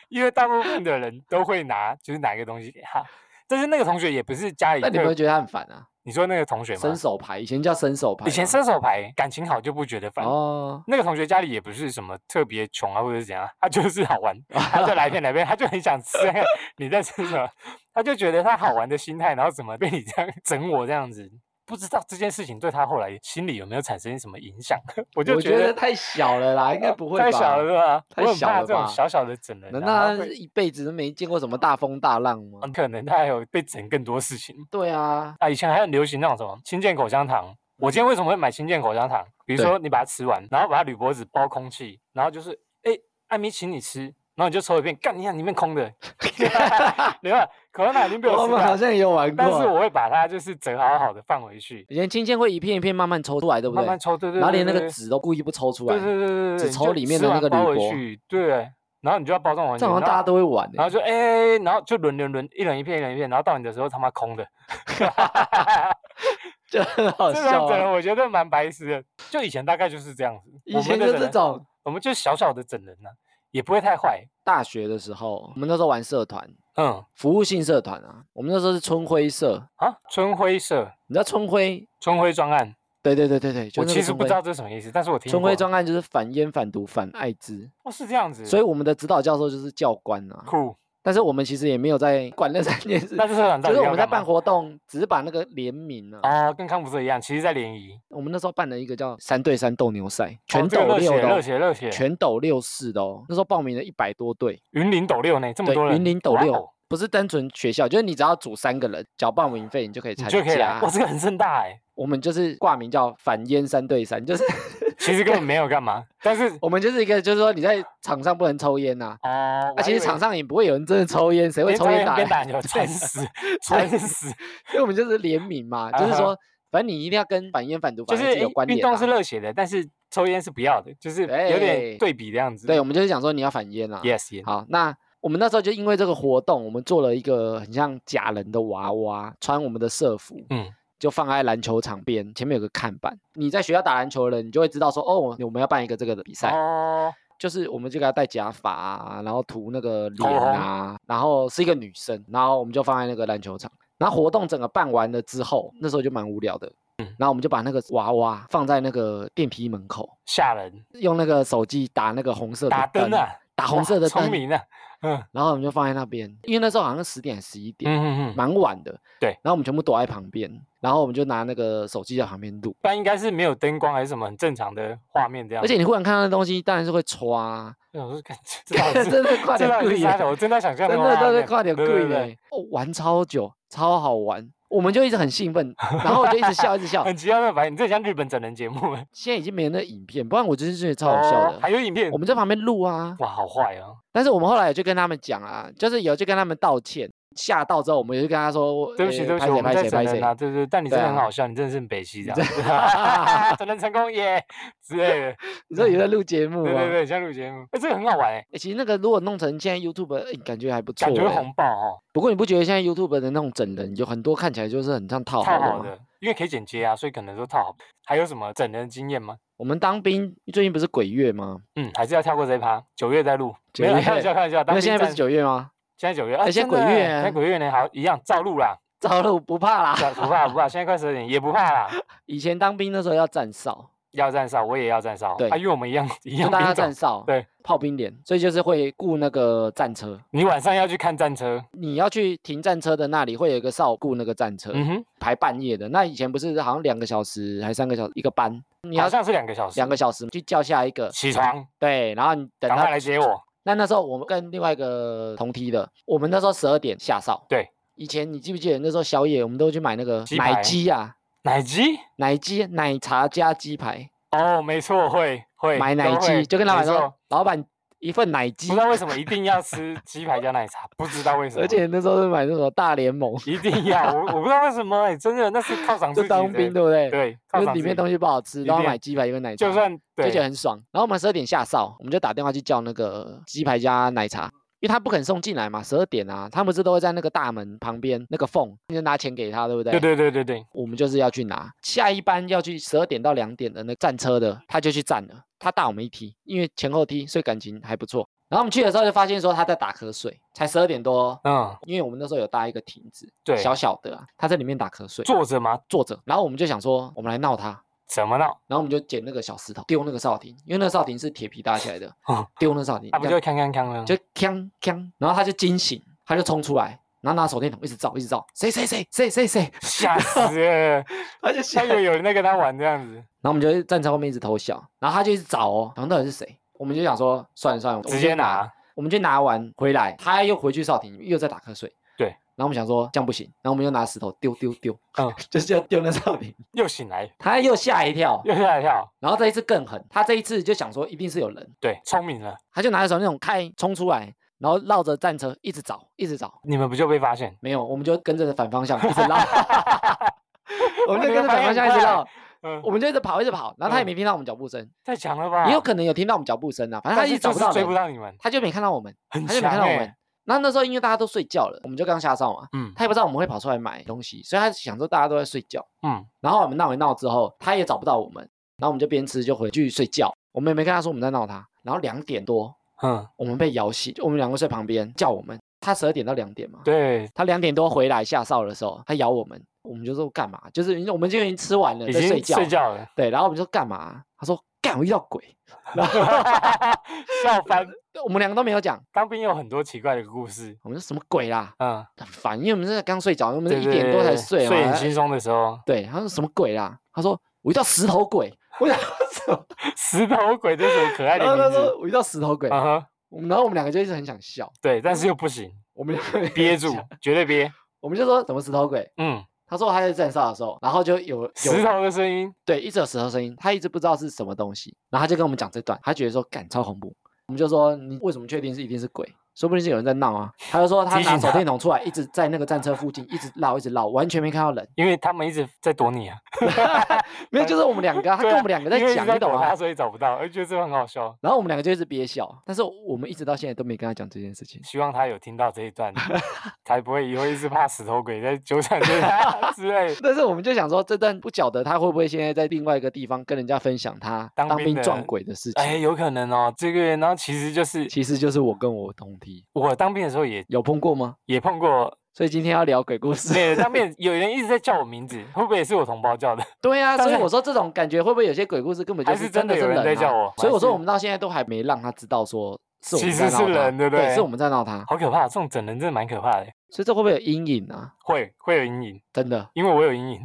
[SPEAKER 1] 因为大部分的人都会拿就是拿一个东西给他，但是那个同学也不是家里
[SPEAKER 2] 那你
[SPEAKER 1] 特
[SPEAKER 2] 们会觉得他很烦啊？
[SPEAKER 1] 你说那个同学吗
[SPEAKER 2] 伸？手牌，以前叫伸手牌吗，
[SPEAKER 1] 以前伸手牌感情好就不觉得烦。
[SPEAKER 2] 哦，
[SPEAKER 1] 那个同学家里也不是什么特别穷啊，或者是怎样，他就是好 玩，他就来一片来一片，他就很想吃那个。你在吃什么？他就觉得他好玩的心态，然后怎么被你这样整我这样子？不知道这件事情对他后来心里有没有产生什么影响？ 我
[SPEAKER 2] 我
[SPEAKER 1] 就
[SPEAKER 2] 觉
[SPEAKER 1] 得
[SPEAKER 2] 得太小了啦，应该不会吧？
[SPEAKER 1] 呃 太小了是吧？
[SPEAKER 2] 太
[SPEAKER 1] 我很
[SPEAKER 2] 小
[SPEAKER 1] 怕
[SPEAKER 2] 了
[SPEAKER 1] 这种
[SPEAKER 2] 吧
[SPEAKER 1] 小小的整人、啊，
[SPEAKER 2] 难
[SPEAKER 1] 然
[SPEAKER 2] 道
[SPEAKER 1] 后
[SPEAKER 2] 他
[SPEAKER 1] 会嗯
[SPEAKER 2] 一辈子都没见过什么大风大浪吗？
[SPEAKER 1] 很可能他还有被整更多事情
[SPEAKER 2] 对啊，
[SPEAKER 1] 啊。以前还很流行那种什么新建口香糖。我今天为什么会买新建口香糖？比如
[SPEAKER 2] 嗯对
[SPEAKER 1] 说你把它吃完，然后把它铝箔纸包空气，然后就是哎、艾米请你吃，然后你就抽一片，干你看里面空 的，你看口香糖已经被
[SPEAKER 2] 我
[SPEAKER 1] 我吃
[SPEAKER 2] 们好
[SPEAKER 1] 完，
[SPEAKER 2] 像也有玩过。啊
[SPEAKER 1] 但是我会把它就是折好好的放回去，
[SPEAKER 2] 以前青苋会一片一片慢慢抽出来，对不对？
[SPEAKER 1] 慢慢抽，对对对，
[SPEAKER 2] 然后连那
[SPEAKER 1] 对
[SPEAKER 2] 个纸都故意不抽出来，
[SPEAKER 1] 对对对对对，
[SPEAKER 2] 只
[SPEAKER 1] 你
[SPEAKER 2] 抽
[SPEAKER 1] 就
[SPEAKER 2] 里面
[SPEAKER 1] 吃
[SPEAKER 2] 的那
[SPEAKER 1] 完
[SPEAKER 2] 个铝
[SPEAKER 1] 包回
[SPEAKER 2] 箔
[SPEAKER 1] 去对，然后你就要包装回去，
[SPEAKER 2] 这好像
[SPEAKER 1] 然
[SPEAKER 2] 大
[SPEAKER 1] 后
[SPEAKER 2] 家都会玩
[SPEAKER 1] 然后
[SPEAKER 2] 欸。
[SPEAKER 1] 就哎、然后就轮轮轮，一人一片，一人一片，然后到你的时候他妈空的，
[SPEAKER 2] 就很好
[SPEAKER 1] 这
[SPEAKER 2] 笑
[SPEAKER 1] 种整人
[SPEAKER 2] 啊。
[SPEAKER 1] 我觉得蛮白痴的。就以前大概就是这样子，
[SPEAKER 2] 以
[SPEAKER 1] 我
[SPEAKER 2] 前
[SPEAKER 1] 们的
[SPEAKER 2] 就
[SPEAKER 1] 整
[SPEAKER 2] 这
[SPEAKER 1] 人，
[SPEAKER 2] 种，
[SPEAKER 1] 我们就小小的整人呢、也不会太坏。
[SPEAKER 2] 大学的时候，我们那时候玩社团，
[SPEAKER 1] 嗯
[SPEAKER 2] 服务性社团啊，我们那时候是春晖社，
[SPEAKER 1] 啊，春晖社、
[SPEAKER 2] 你知道春晖？
[SPEAKER 1] 春晖专案，
[SPEAKER 2] 对对对对对，就
[SPEAKER 1] 我
[SPEAKER 2] 那个
[SPEAKER 1] 其实
[SPEAKER 2] 春
[SPEAKER 1] 不
[SPEAKER 2] 晖
[SPEAKER 1] 知道这是什么意思，但是我听
[SPEAKER 2] 春晖
[SPEAKER 1] 过
[SPEAKER 2] 专案就是反烟、反毒、反艾滋，
[SPEAKER 1] 哦是这样子，
[SPEAKER 2] 所以我们的指导教授就是教官啊。
[SPEAKER 1] 酷。
[SPEAKER 2] 但是我们其实也没有在 管那三件事，
[SPEAKER 1] 但是社团到
[SPEAKER 2] 就
[SPEAKER 1] 底
[SPEAKER 2] 是我
[SPEAKER 1] 要
[SPEAKER 2] 们在
[SPEAKER 1] 干
[SPEAKER 2] 办
[SPEAKER 1] 嘛？
[SPEAKER 2] 活动，只是把那个联名啊，
[SPEAKER 1] 哦，跟康复社一样，其实在联谊，
[SPEAKER 2] 我们那时候办了一个叫三对三斗牛赛，
[SPEAKER 1] 哦
[SPEAKER 2] 全
[SPEAKER 1] 这个热
[SPEAKER 2] 斗六
[SPEAKER 1] 血
[SPEAKER 2] 的
[SPEAKER 1] 热
[SPEAKER 2] 哦，
[SPEAKER 1] 血热血，
[SPEAKER 2] 全斗六四的哦，那时候报名了一百多队，
[SPEAKER 1] 云林斗六呢，这么
[SPEAKER 2] 对
[SPEAKER 1] 多，人，
[SPEAKER 2] 云林斗
[SPEAKER 1] 哇
[SPEAKER 2] 六
[SPEAKER 1] 哦，
[SPEAKER 2] 不是单纯学校，就是你只要组三个人，缴报名费你就可以
[SPEAKER 1] 你
[SPEAKER 2] 参
[SPEAKER 1] 就可以来，
[SPEAKER 2] 加
[SPEAKER 1] 哇，。这个很盛大哎，
[SPEAKER 2] 我们就是挂名叫反烟三对三，就是
[SPEAKER 1] 其实根本没有干嘛，但是
[SPEAKER 2] 我们就是一个，就是说你在场上不能抽烟呐、
[SPEAKER 1] 哦，
[SPEAKER 2] 啊，其实场上也不会有人真的抽烟，谁会
[SPEAKER 1] 边
[SPEAKER 2] 抽烟打
[SPEAKER 1] 边打
[SPEAKER 2] 篮
[SPEAKER 1] 球
[SPEAKER 2] 球？
[SPEAKER 1] 传死传 死，
[SPEAKER 2] 所以我们就是联名嘛，就是
[SPEAKER 1] 啊
[SPEAKER 2] 说，反正你一定要跟反烟反毒
[SPEAKER 1] 就
[SPEAKER 2] 反
[SPEAKER 1] 是
[SPEAKER 2] 艾滋有
[SPEAKER 1] 诶
[SPEAKER 2] 关
[SPEAKER 1] 运
[SPEAKER 2] 联、
[SPEAKER 1] 动是
[SPEAKER 2] 啊。
[SPEAKER 1] 热血的，但是抽烟是不要的，就是有点
[SPEAKER 2] 对
[SPEAKER 1] 对比的样子。
[SPEAKER 2] 对，我们就是讲说你要反烟啊。
[SPEAKER 1] ，yes yes，
[SPEAKER 2] 好，那我们那时候就因为这个活动，我们做了一个很像假人的娃娃，穿我们的社服，
[SPEAKER 1] 嗯，
[SPEAKER 2] 就放在篮球场边，前面有个看板。你在学校打篮球的人，你就会知道说，哦，我们要办一个这个的比赛，
[SPEAKER 1] 哦，
[SPEAKER 2] 就是我们就给她戴假发啊，然后涂那个
[SPEAKER 1] 口
[SPEAKER 2] 脸啊，然后是一个女生，然后我们就放在那个篮球场。然后活动整个办完了之后，那时候就蛮无聊的，嗯，然后我们就把那个娃娃放在那个电梯门口，
[SPEAKER 1] 吓人，
[SPEAKER 2] 用那个手机打那个红色的
[SPEAKER 1] 打灯啊，
[SPEAKER 2] 打红
[SPEAKER 1] 哇
[SPEAKER 2] 色的
[SPEAKER 1] 聪
[SPEAKER 2] 灯，
[SPEAKER 1] 明啊，嗯
[SPEAKER 2] 然后我们就放在那边，因为那时候好像十点十一
[SPEAKER 1] 嗯
[SPEAKER 2] 点，
[SPEAKER 1] 嗯嗯，
[SPEAKER 2] 蛮晚的。
[SPEAKER 1] 对
[SPEAKER 2] 然后我们全部躲在旁边，然后我们就拿那个手机在旁边录，
[SPEAKER 1] 不然应该是没有灯光还是什么很正常的画面这样
[SPEAKER 2] 而
[SPEAKER 1] 子。
[SPEAKER 2] 且你忽然看到那东西，当然是会戳啊，
[SPEAKER 1] 我说，干 这到底
[SPEAKER 2] 真
[SPEAKER 1] 是
[SPEAKER 2] 的快
[SPEAKER 1] 这
[SPEAKER 2] 点
[SPEAKER 1] 到底
[SPEAKER 2] 跪
[SPEAKER 1] 是啥小？
[SPEAKER 2] 耶，
[SPEAKER 1] 我正在想象
[SPEAKER 2] 真
[SPEAKER 1] 那个
[SPEAKER 2] 的
[SPEAKER 1] 画
[SPEAKER 2] 真的
[SPEAKER 1] 面，
[SPEAKER 2] 快点
[SPEAKER 1] 对对
[SPEAKER 2] 跪
[SPEAKER 1] 对
[SPEAKER 2] 耶！哦，玩超久，超好玩，我们就一直很兴 奋，然后我就一直笑，一直笑。
[SPEAKER 1] 很奇怪的反应，你这很像日本整人节目，
[SPEAKER 2] 现在已经没有那影片，不然我真是觉得超好笑
[SPEAKER 1] 哦还
[SPEAKER 2] 的。
[SPEAKER 1] 有影片
[SPEAKER 2] 我，们在旁边 录啊，
[SPEAKER 1] 哇，好坏啊！
[SPEAKER 2] 但是我们后来有去跟他们讲啊，就是有去跟他们道歉。吓到之后，我们有去跟他说：“
[SPEAKER 1] 对不起，
[SPEAKER 2] 呃
[SPEAKER 1] 对不
[SPEAKER 2] 拍
[SPEAKER 1] 起，我
[SPEAKER 2] 谁
[SPEAKER 1] 们
[SPEAKER 2] 拍
[SPEAKER 1] 在
[SPEAKER 2] 谁
[SPEAKER 1] 整
[SPEAKER 2] 拍
[SPEAKER 1] 人
[SPEAKER 2] 谁。
[SPEAKER 1] 啊，对对，但你
[SPEAKER 2] 对
[SPEAKER 1] 真的很
[SPEAKER 2] 啊
[SPEAKER 1] 好笑，你真的是很北西这
[SPEAKER 2] 这
[SPEAKER 1] 样子， 整人成功耶之类的，”
[SPEAKER 2] 你说有在 录节目
[SPEAKER 1] 对
[SPEAKER 2] 吗
[SPEAKER 1] 对？对，像录节目，哎，这个很好玩哎，
[SPEAKER 2] 欸其实那个如果弄成现在 YouTube，、欸、感觉还不错、
[SPEAKER 1] 感觉会
[SPEAKER 2] 欸
[SPEAKER 1] 红爆哦，
[SPEAKER 2] 不过你不觉得现在 YouTube 的那种整人有很多看起来就是很像套
[SPEAKER 1] 套
[SPEAKER 2] 好
[SPEAKER 1] 好
[SPEAKER 2] 吗？
[SPEAKER 1] 的，因为可以剪接啊，所以可能都套好。还有什么整人的经验吗？
[SPEAKER 2] 我们当兵最近不是鬼月吗？
[SPEAKER 1] 嗯，还是要跳过这一趴，九月再录，
[SPEAKER 2] 九
[SPEAKER 1] 没有啦
[SPEAKER 2] 月
[SPEAKER 1] 开玩笑，开玩笑，
[SPEAKER 2] 因
[SPEAKER 1] 当兵
[SPEAKER 2] 为现在不
[SPEAKER 1] 战
[SPEAKER 2] 是，九月吗？
[SPEAKER 1] 现在九月，啊
[SPEAKER 2] 哎现在
[SPEAKER 1] 真的
[SPEAKER 2] 鬼月
[SPEAKER 1] 欸现在
[SPEAKER 2] 啊
[SPEAKER 1] 鬼月呢，好，一样照录啦，
[SPEAKER 2] 走路不怕啦。
[SPEAKER 1] 照不怕不怕，现在快十二点，也不怕啦。
[SPEAKER 2] 以前当兵那时候要站哨，
[SPEAKER 1] 要站哨，我也要站哨，
[SPEAKER 2] 对
[SPEAKER 1] 啊，因为我们一样一
[SPEAKER 2] 就
[SPEAKER 1] 样
[SPEAKER 2] 大家
[SPEAKER 1] 兵种
[SPEAKER 2] 站，哨，
[SPEAKER 1] 对，
[SPEAKER 2] 炮兵连，所以就是会雇那个战车。
[SPEAKER 1] 你晚上要去看战车，
[SPEAKER 2] 你要去停战车的那里会有一个哨雇那个战车，
[SPEAKER 1] 嗯哼，
[SPEAKER 2] 排半夜的。那以前不是好像两个小时还三个小时一个班，你
[SPEAKER 1] 好
[SPEAKER 2] 要
[SPEAKER 1] 像是两个小时，
[SPEAKER 2] 两个小时去叫下一个，
[SPEAKER 1] 起床，
[SPEAKER 2] 对，然后你等
[SPEAKER 1] 赶
[SPEAKER 2] 他
[SPEAKER 1] 快来接我。
[SPEAKER 2] 那那时候我们跟另外一个同梯的，我们那时候十二点下哨。
[SPEAKER 1] 对，
[SPEAKER 2] 以前你记不记得那时候宵夜我们都去买那个
[SPEAKER 1] 鸡排
[SPEAKER 2] 奶鸡啊，
[SPEAKER 1] 奶鸡？
[SPEAKER 2] 奶鸡奶茶加鸡排，
[SPEAKER 1] 哦，没错，会会
[SPEAKER 2] 买奶
[SPEAKER 1] 都会
[SPEAKER 2] 鸡就跟老板
[SPEAKER 1] 没错
[SPEAKER 2] 说，老板一份奶鸡
[SPEAKER 1] 不知，道为什么一定要吃鸡排加奶茶，不知道为什么，
[SPEAKER 2] 而且那时候是买那种大联盟，
[SPEAKER 1] 一定要我我不知道为什么、欸，真的那是犒赏自
[SPEAKER 2] 就
[SPEAKER 1] 己
[SPEAKER 2] 当兵
[SPEAKER 1] 的，
[SPEAKER 2] 对不对？
[SPEAKER 1] 对，犒
[SPEAKER 2] 就
[SPEAKER 1] 赏
[SPEAKER 2] 是里
[SPEAKER 1] 自
[SPEAKER 2] 面
[SPEAKER 1] 己
[SPEAKER 2] 东西不好吃，
[SPEAKER 1] 一
[SPEAKER 2] 然后
[SPEAKER 1] 定
[SPEAKER 2] 买鸡排一个奶茶，
[SPEAKER 1] 就算
[SPEAKER 2] 就
[SPEAKER 1] 对
[SPEAKER 2] 觉得很爽。然后我们十二点下哨，我们就打电话去叫那个鸡排加奶茶，因为他不肯送进来嘛，十二点啊，他们不是都会在那个大门旁边那个缝，你就拿钱给他，对不对？
[SPEAKER 1] 对对对对对，
[SPEAKER 2] 我们就是要去拿下一班要去十二点到两点的那站车的，他就去站了，他大我们一梯，因为前后梯，所以感情还不错。然后我们去的时候就发现说他在打瞌睡，才十二点多哦，
[SPEAKER 1] 嗯，
[SPEAKER 2] 因为我们那时候有搭一个亭子，
[SPEAKER 1] 对，
[SPEAKER 2] 小小的、啊，他在里面打瞌睡，
[SPEAKER 1] 坐着吗？
[SPEAKER 2] 坐着，然后我们就想说我们来闹他，
[SPEAKER 1] 怎么闹？
[SPEAKER 2] 然后我们就捡那个小石头丢那个哨亭，因为那个哨亭是铁皮搭起来的
[SPEAKER 1] 哦，
[SPEAKER 2] 丢那个哨亭，
[SPEAKER 1] 他不
[SPEAKER 2] 这
[SPEAKER 1] 就
[SPEAKER 2] 样
[SPEAKER 1] 康康康了？
[SPEAKER 2] 就锵锵，然后他就惊醒，他就冲出来，然后拿手电筒一直照一直照，谁谁谁谁谁谁，
[SPEAKER 1] 吓 死了！
[SPEAKER 2] 他就
[SPEAKER 1] 他
[SPEAKER 2] 吓
[SPEAKER 1] 以为有人在跟他玩这样子，
[SPEAKER 2] 然后我们就站在后面一直偷笑，然后他就一直找哦，然后到底是谁？我们就想说算了算了，我们
[SPEAKER 1] 直
[SPEAKER 2] 就
[SPEAKER 1] 接拿，
[SPEAKER 2] 我们就拿完回来，他又回去哨亭又在打瞌睡，
[SPEAKER 1] 对
[SPEAKER 2] 然后我们想说这样不行，然后我们又拿石头丢丢 丢，
[SPEAKER 1] 嗯，
[SPEAKER 2] 就是要丢那哨亭，
[SPEAKER 1] 又醒来，
[SPEAKER 2] 他又吓一跳，
[SPEAKER 1] 又吓一跳，
[SPEAKER 2] 然后这一次更狠，他这一次就想说一定是有人，
[SPEAKER 1] 对，聪明了，
[SPEAKER 2] 他就拿着手那种开冲出来，然后绕着战车一直找，一直找，
[SPEAKER 1] 你们不就被发现？
[SPEAKER 2] 没有，我们就跟着反方向一直绕， 我们就
[SPEAKER 1] 你
[SPEAKER 2] 跟
[SPEAKER 1] 们
[SPEAKER 2] 着
[SPEAKER 1] 反
[SPEAKER 2] 反
[SPEAKER 1] 应
[SPEAKER 2] 方
[SPEAKER 1] 很
[SPEAKER 2] 向一直
[SPEAKER 1] 快
[SPEAKER 2] 绕，
[SPEAKER 1] 嗯，
[SPEAKER 2] 我们就一直跑，一直跑，然后他也
[SPEAKER 1] 嗯
[SPEAKER 2] 没听到我们脚步声，
[SPEAKER 1] 太强了吧？
[SPEAKER 2] 也有可能有听到我们脚步声啊，反正他
[SPEAKER 1] 但
[SPEAKER 2] 一
[SPEAKER 1] 是
[SPEAKER 2] 直找
[SPEAKER 1] 就
[SPEAKER 2] 不
[SPEAKER 1] 是
[SPEAKER 2] 到
[SPEAKER 1] 追不
[SPEAKER 2] 人，
[SPEAKER 1] 到你们，
[SPEAKER 2] 他就没看到我们，
[SPEAKER 1] 很
[SPEAKER 2] 他就没看
[SPEAKER 1] 强
[SPEAKER 2] 到我
[SPEAKER 1] 欸
[SPEAKER 2] 们。然后那时候因为大家都睡觉了，我们就刚下哨嘛，
[SPEAKER 1] 嗯
[SPEAKER 2] 他也不知道我们会跑出来买东西，所以他想说大家都在睡觉。
[SPEAKER 1] 嗯，
[SPEAKER 2] 然后我们闹一闹之后，他也找不到我们，然后我们就边吃就回去睡觉，我们也没跟他说我们在闹他。然后两点多，
[SPEAKER 1] 嗯，
[SPEAKER 2] 我们被摇醒，就我们两个睡旁边，叫我们。他十二点到两点嘛，
[SPEAKER 1] 对，
[SPEAKER 2] 他两点多回来下哨的时候，他咬我们，我们就说干嘛？就是我们就已经吃完了，
[SPEAKER 1] 已
[SPEAKER 2] 在
[SPEAKER 1] 经
[SPEAKER 2] 睡觉。
[SPEAKER 1] 睡觉了，
[SPEAKER 2] 对，然后我们就说干嘛？他说干，我遇到 鬼。然后
[SPEAKER 1] 笑翻。
[SPEAKER 2] 对我们两个都没有讲，
[SPEAKER 1] 当兵有很多奇怪的故事，
[SPEAKER 2] 我们说什么鬼啦？
[SPEAKER 1] 嗯，
[SPEAKER 2] 很烦，因为我们是刚睡着，我们
[SPEAKER 1] 对
[SPEAKER 2] 一点多才
[SPEAKER 1] 对
[SPEAKER 2] 睡嘛。
[SPEAKER 1] 睡眼惺忪的时候，
[SPEAKER 2] 对，他说什么鬼啦？他说我遇到石头鬼。 我想说什么？
[SPEAKER 1] 石头鬼这什么可爱
[SPEAKER 2] 然后
[SPEAKER 1] 的
[SPEAKER 2] 他
[SPEAKER 1] 名
[SPEAKER 2] 说
[SPEAKER 1] 字？
[SPEAKER 2] 我遇到石头鬼，
[SPEAKER 1] 嗯哼，
[SPEAKER 2] 我们然后我们两个就一直很想笑，
[SPEAKER 1] 对，但是又不行，
[SPEAKER 2] 我们就
[SPEAKER 1] 憋住，绝对憋。
[SPEAKER 2] 我们就说什么石头鬼。
[SPEAKER 1] 嗯，
[SPEAKER 2] 他说他在站哨的时候，然后就有有
[SPEAKER 1] 石头的声音，
[SPEAKER 2] 对，一直有石头声音，他一直不知道是什么东西，然后他就跟我们讲这段，他觉得说干超恐怖，我们就说你为什么确定是一定是鬼？说不定是有人在闹啊！他就说他
[SPEAKER 1] 提
[SPEAKER 2] 拿
[SPEAKER 1] 醒
[SPEAKER 2] 手
[SPEAKER 1] 他
[SPEAKER 2] 电筒出来，一直在那个战车附近一直绕，一直绕，完全没看 到人。
[SPEAKER 1] 因为他们一直在躲你啊，
[SPEAKER 2] 没有，就是我们两个啊、他
[SPEAKER 1] 对
[SPEAKER 2] 跟
[SPEAKER 1] 啊
[SPEAKER 2] 我们两个在
[SPEAKER 1] 因为一直
[SPEAKER 2] 讲，
[SPEAKER 1] 在
[SPEAKER 2] 你懂
[SPEAKER 1] 躲
[SPEAKER 2] 吗
[SPEAKER 1] 他，？所以找不到，而觉得这很好笑。
[SPEAKER 2] 然后我们两个就一直憋笑，但是我们一直到现在都没跟他讲这件事情。
[SPEAKER 1] 希望他有听到这一 段，才不会以后一直怕石头鬼在纠缠着 他之类。
[SPEAKER 2] 但是我们就想说，这段不晓得他会不会现在在另外一个地方跟人家分享他
[SPEAKER 1] 当
[SPEAKER 2] 当
[SPEAKER 1] 兵
[SPEAKER 2] 兵
[SPEAKER 1] 的
[SPEAKER 2] 撞鬼的事情。
[SPEAKER 1] 哎，有可能哦，这个然后其实就是
[SPEAKER 2] 其实就是我跟我同梯
[SPEAKER 1] 我当兵的时候也
[SPEAKER 2] 有碰过吗？
[SPEAKER 1] 也碰过，
[SPEAKER 2] 所以今天要聊鬼故事。
[SPEAKER 1] 对，当兵有人一直在叫我名字，会不会也是我同胞叫的？
[SPEAKER 2] 对啊，
[SPEAKER 1] 但
[SPEAKER 2] 所以
[SPEAKER 1] 是
[SPEAKER 2] 我说这种感觉会不会有些鬼故事根本就
[SPEAKER 1] 还是真
[SPEAKER 2] 真的
[SPEAKER 1] 的
[SPEAKER 2] 是
[SPEAKER 1] 有人
[SPEAKER 2] 人
[SPEAKER 1] 在
[SPEAKER 2] 啊
[SPEAKER 1] 叫我
[SPEAKER 2] 所以我说
[SPEAKER 1] 还是
[SPEAKER 2] 我们到现在都还没让他知道说是我们
[SPEAKER 1] 其
[SPEAKER 2] 在
[SPEAKER 1] 实
[SPEAKER 2] 闹
[SPEAKER 1] 是
[SPEAKER 2] 他
[SPEAKER 1] 人对不
[SPEAKER 2] 对？
[SPEAKER 1] 对
[SPEAKER 2] 是我们在闹他，
[SPEAKER 1] 好可怕，这种整人真的蛮可怕的，
[SPEAKER 2] 所以这会不会有阴影啊？
[SPEAKER 1] 会会有阴影，
[SPEAKER 2] 真的，
[SPEAKER 1] 因为我有阴 影，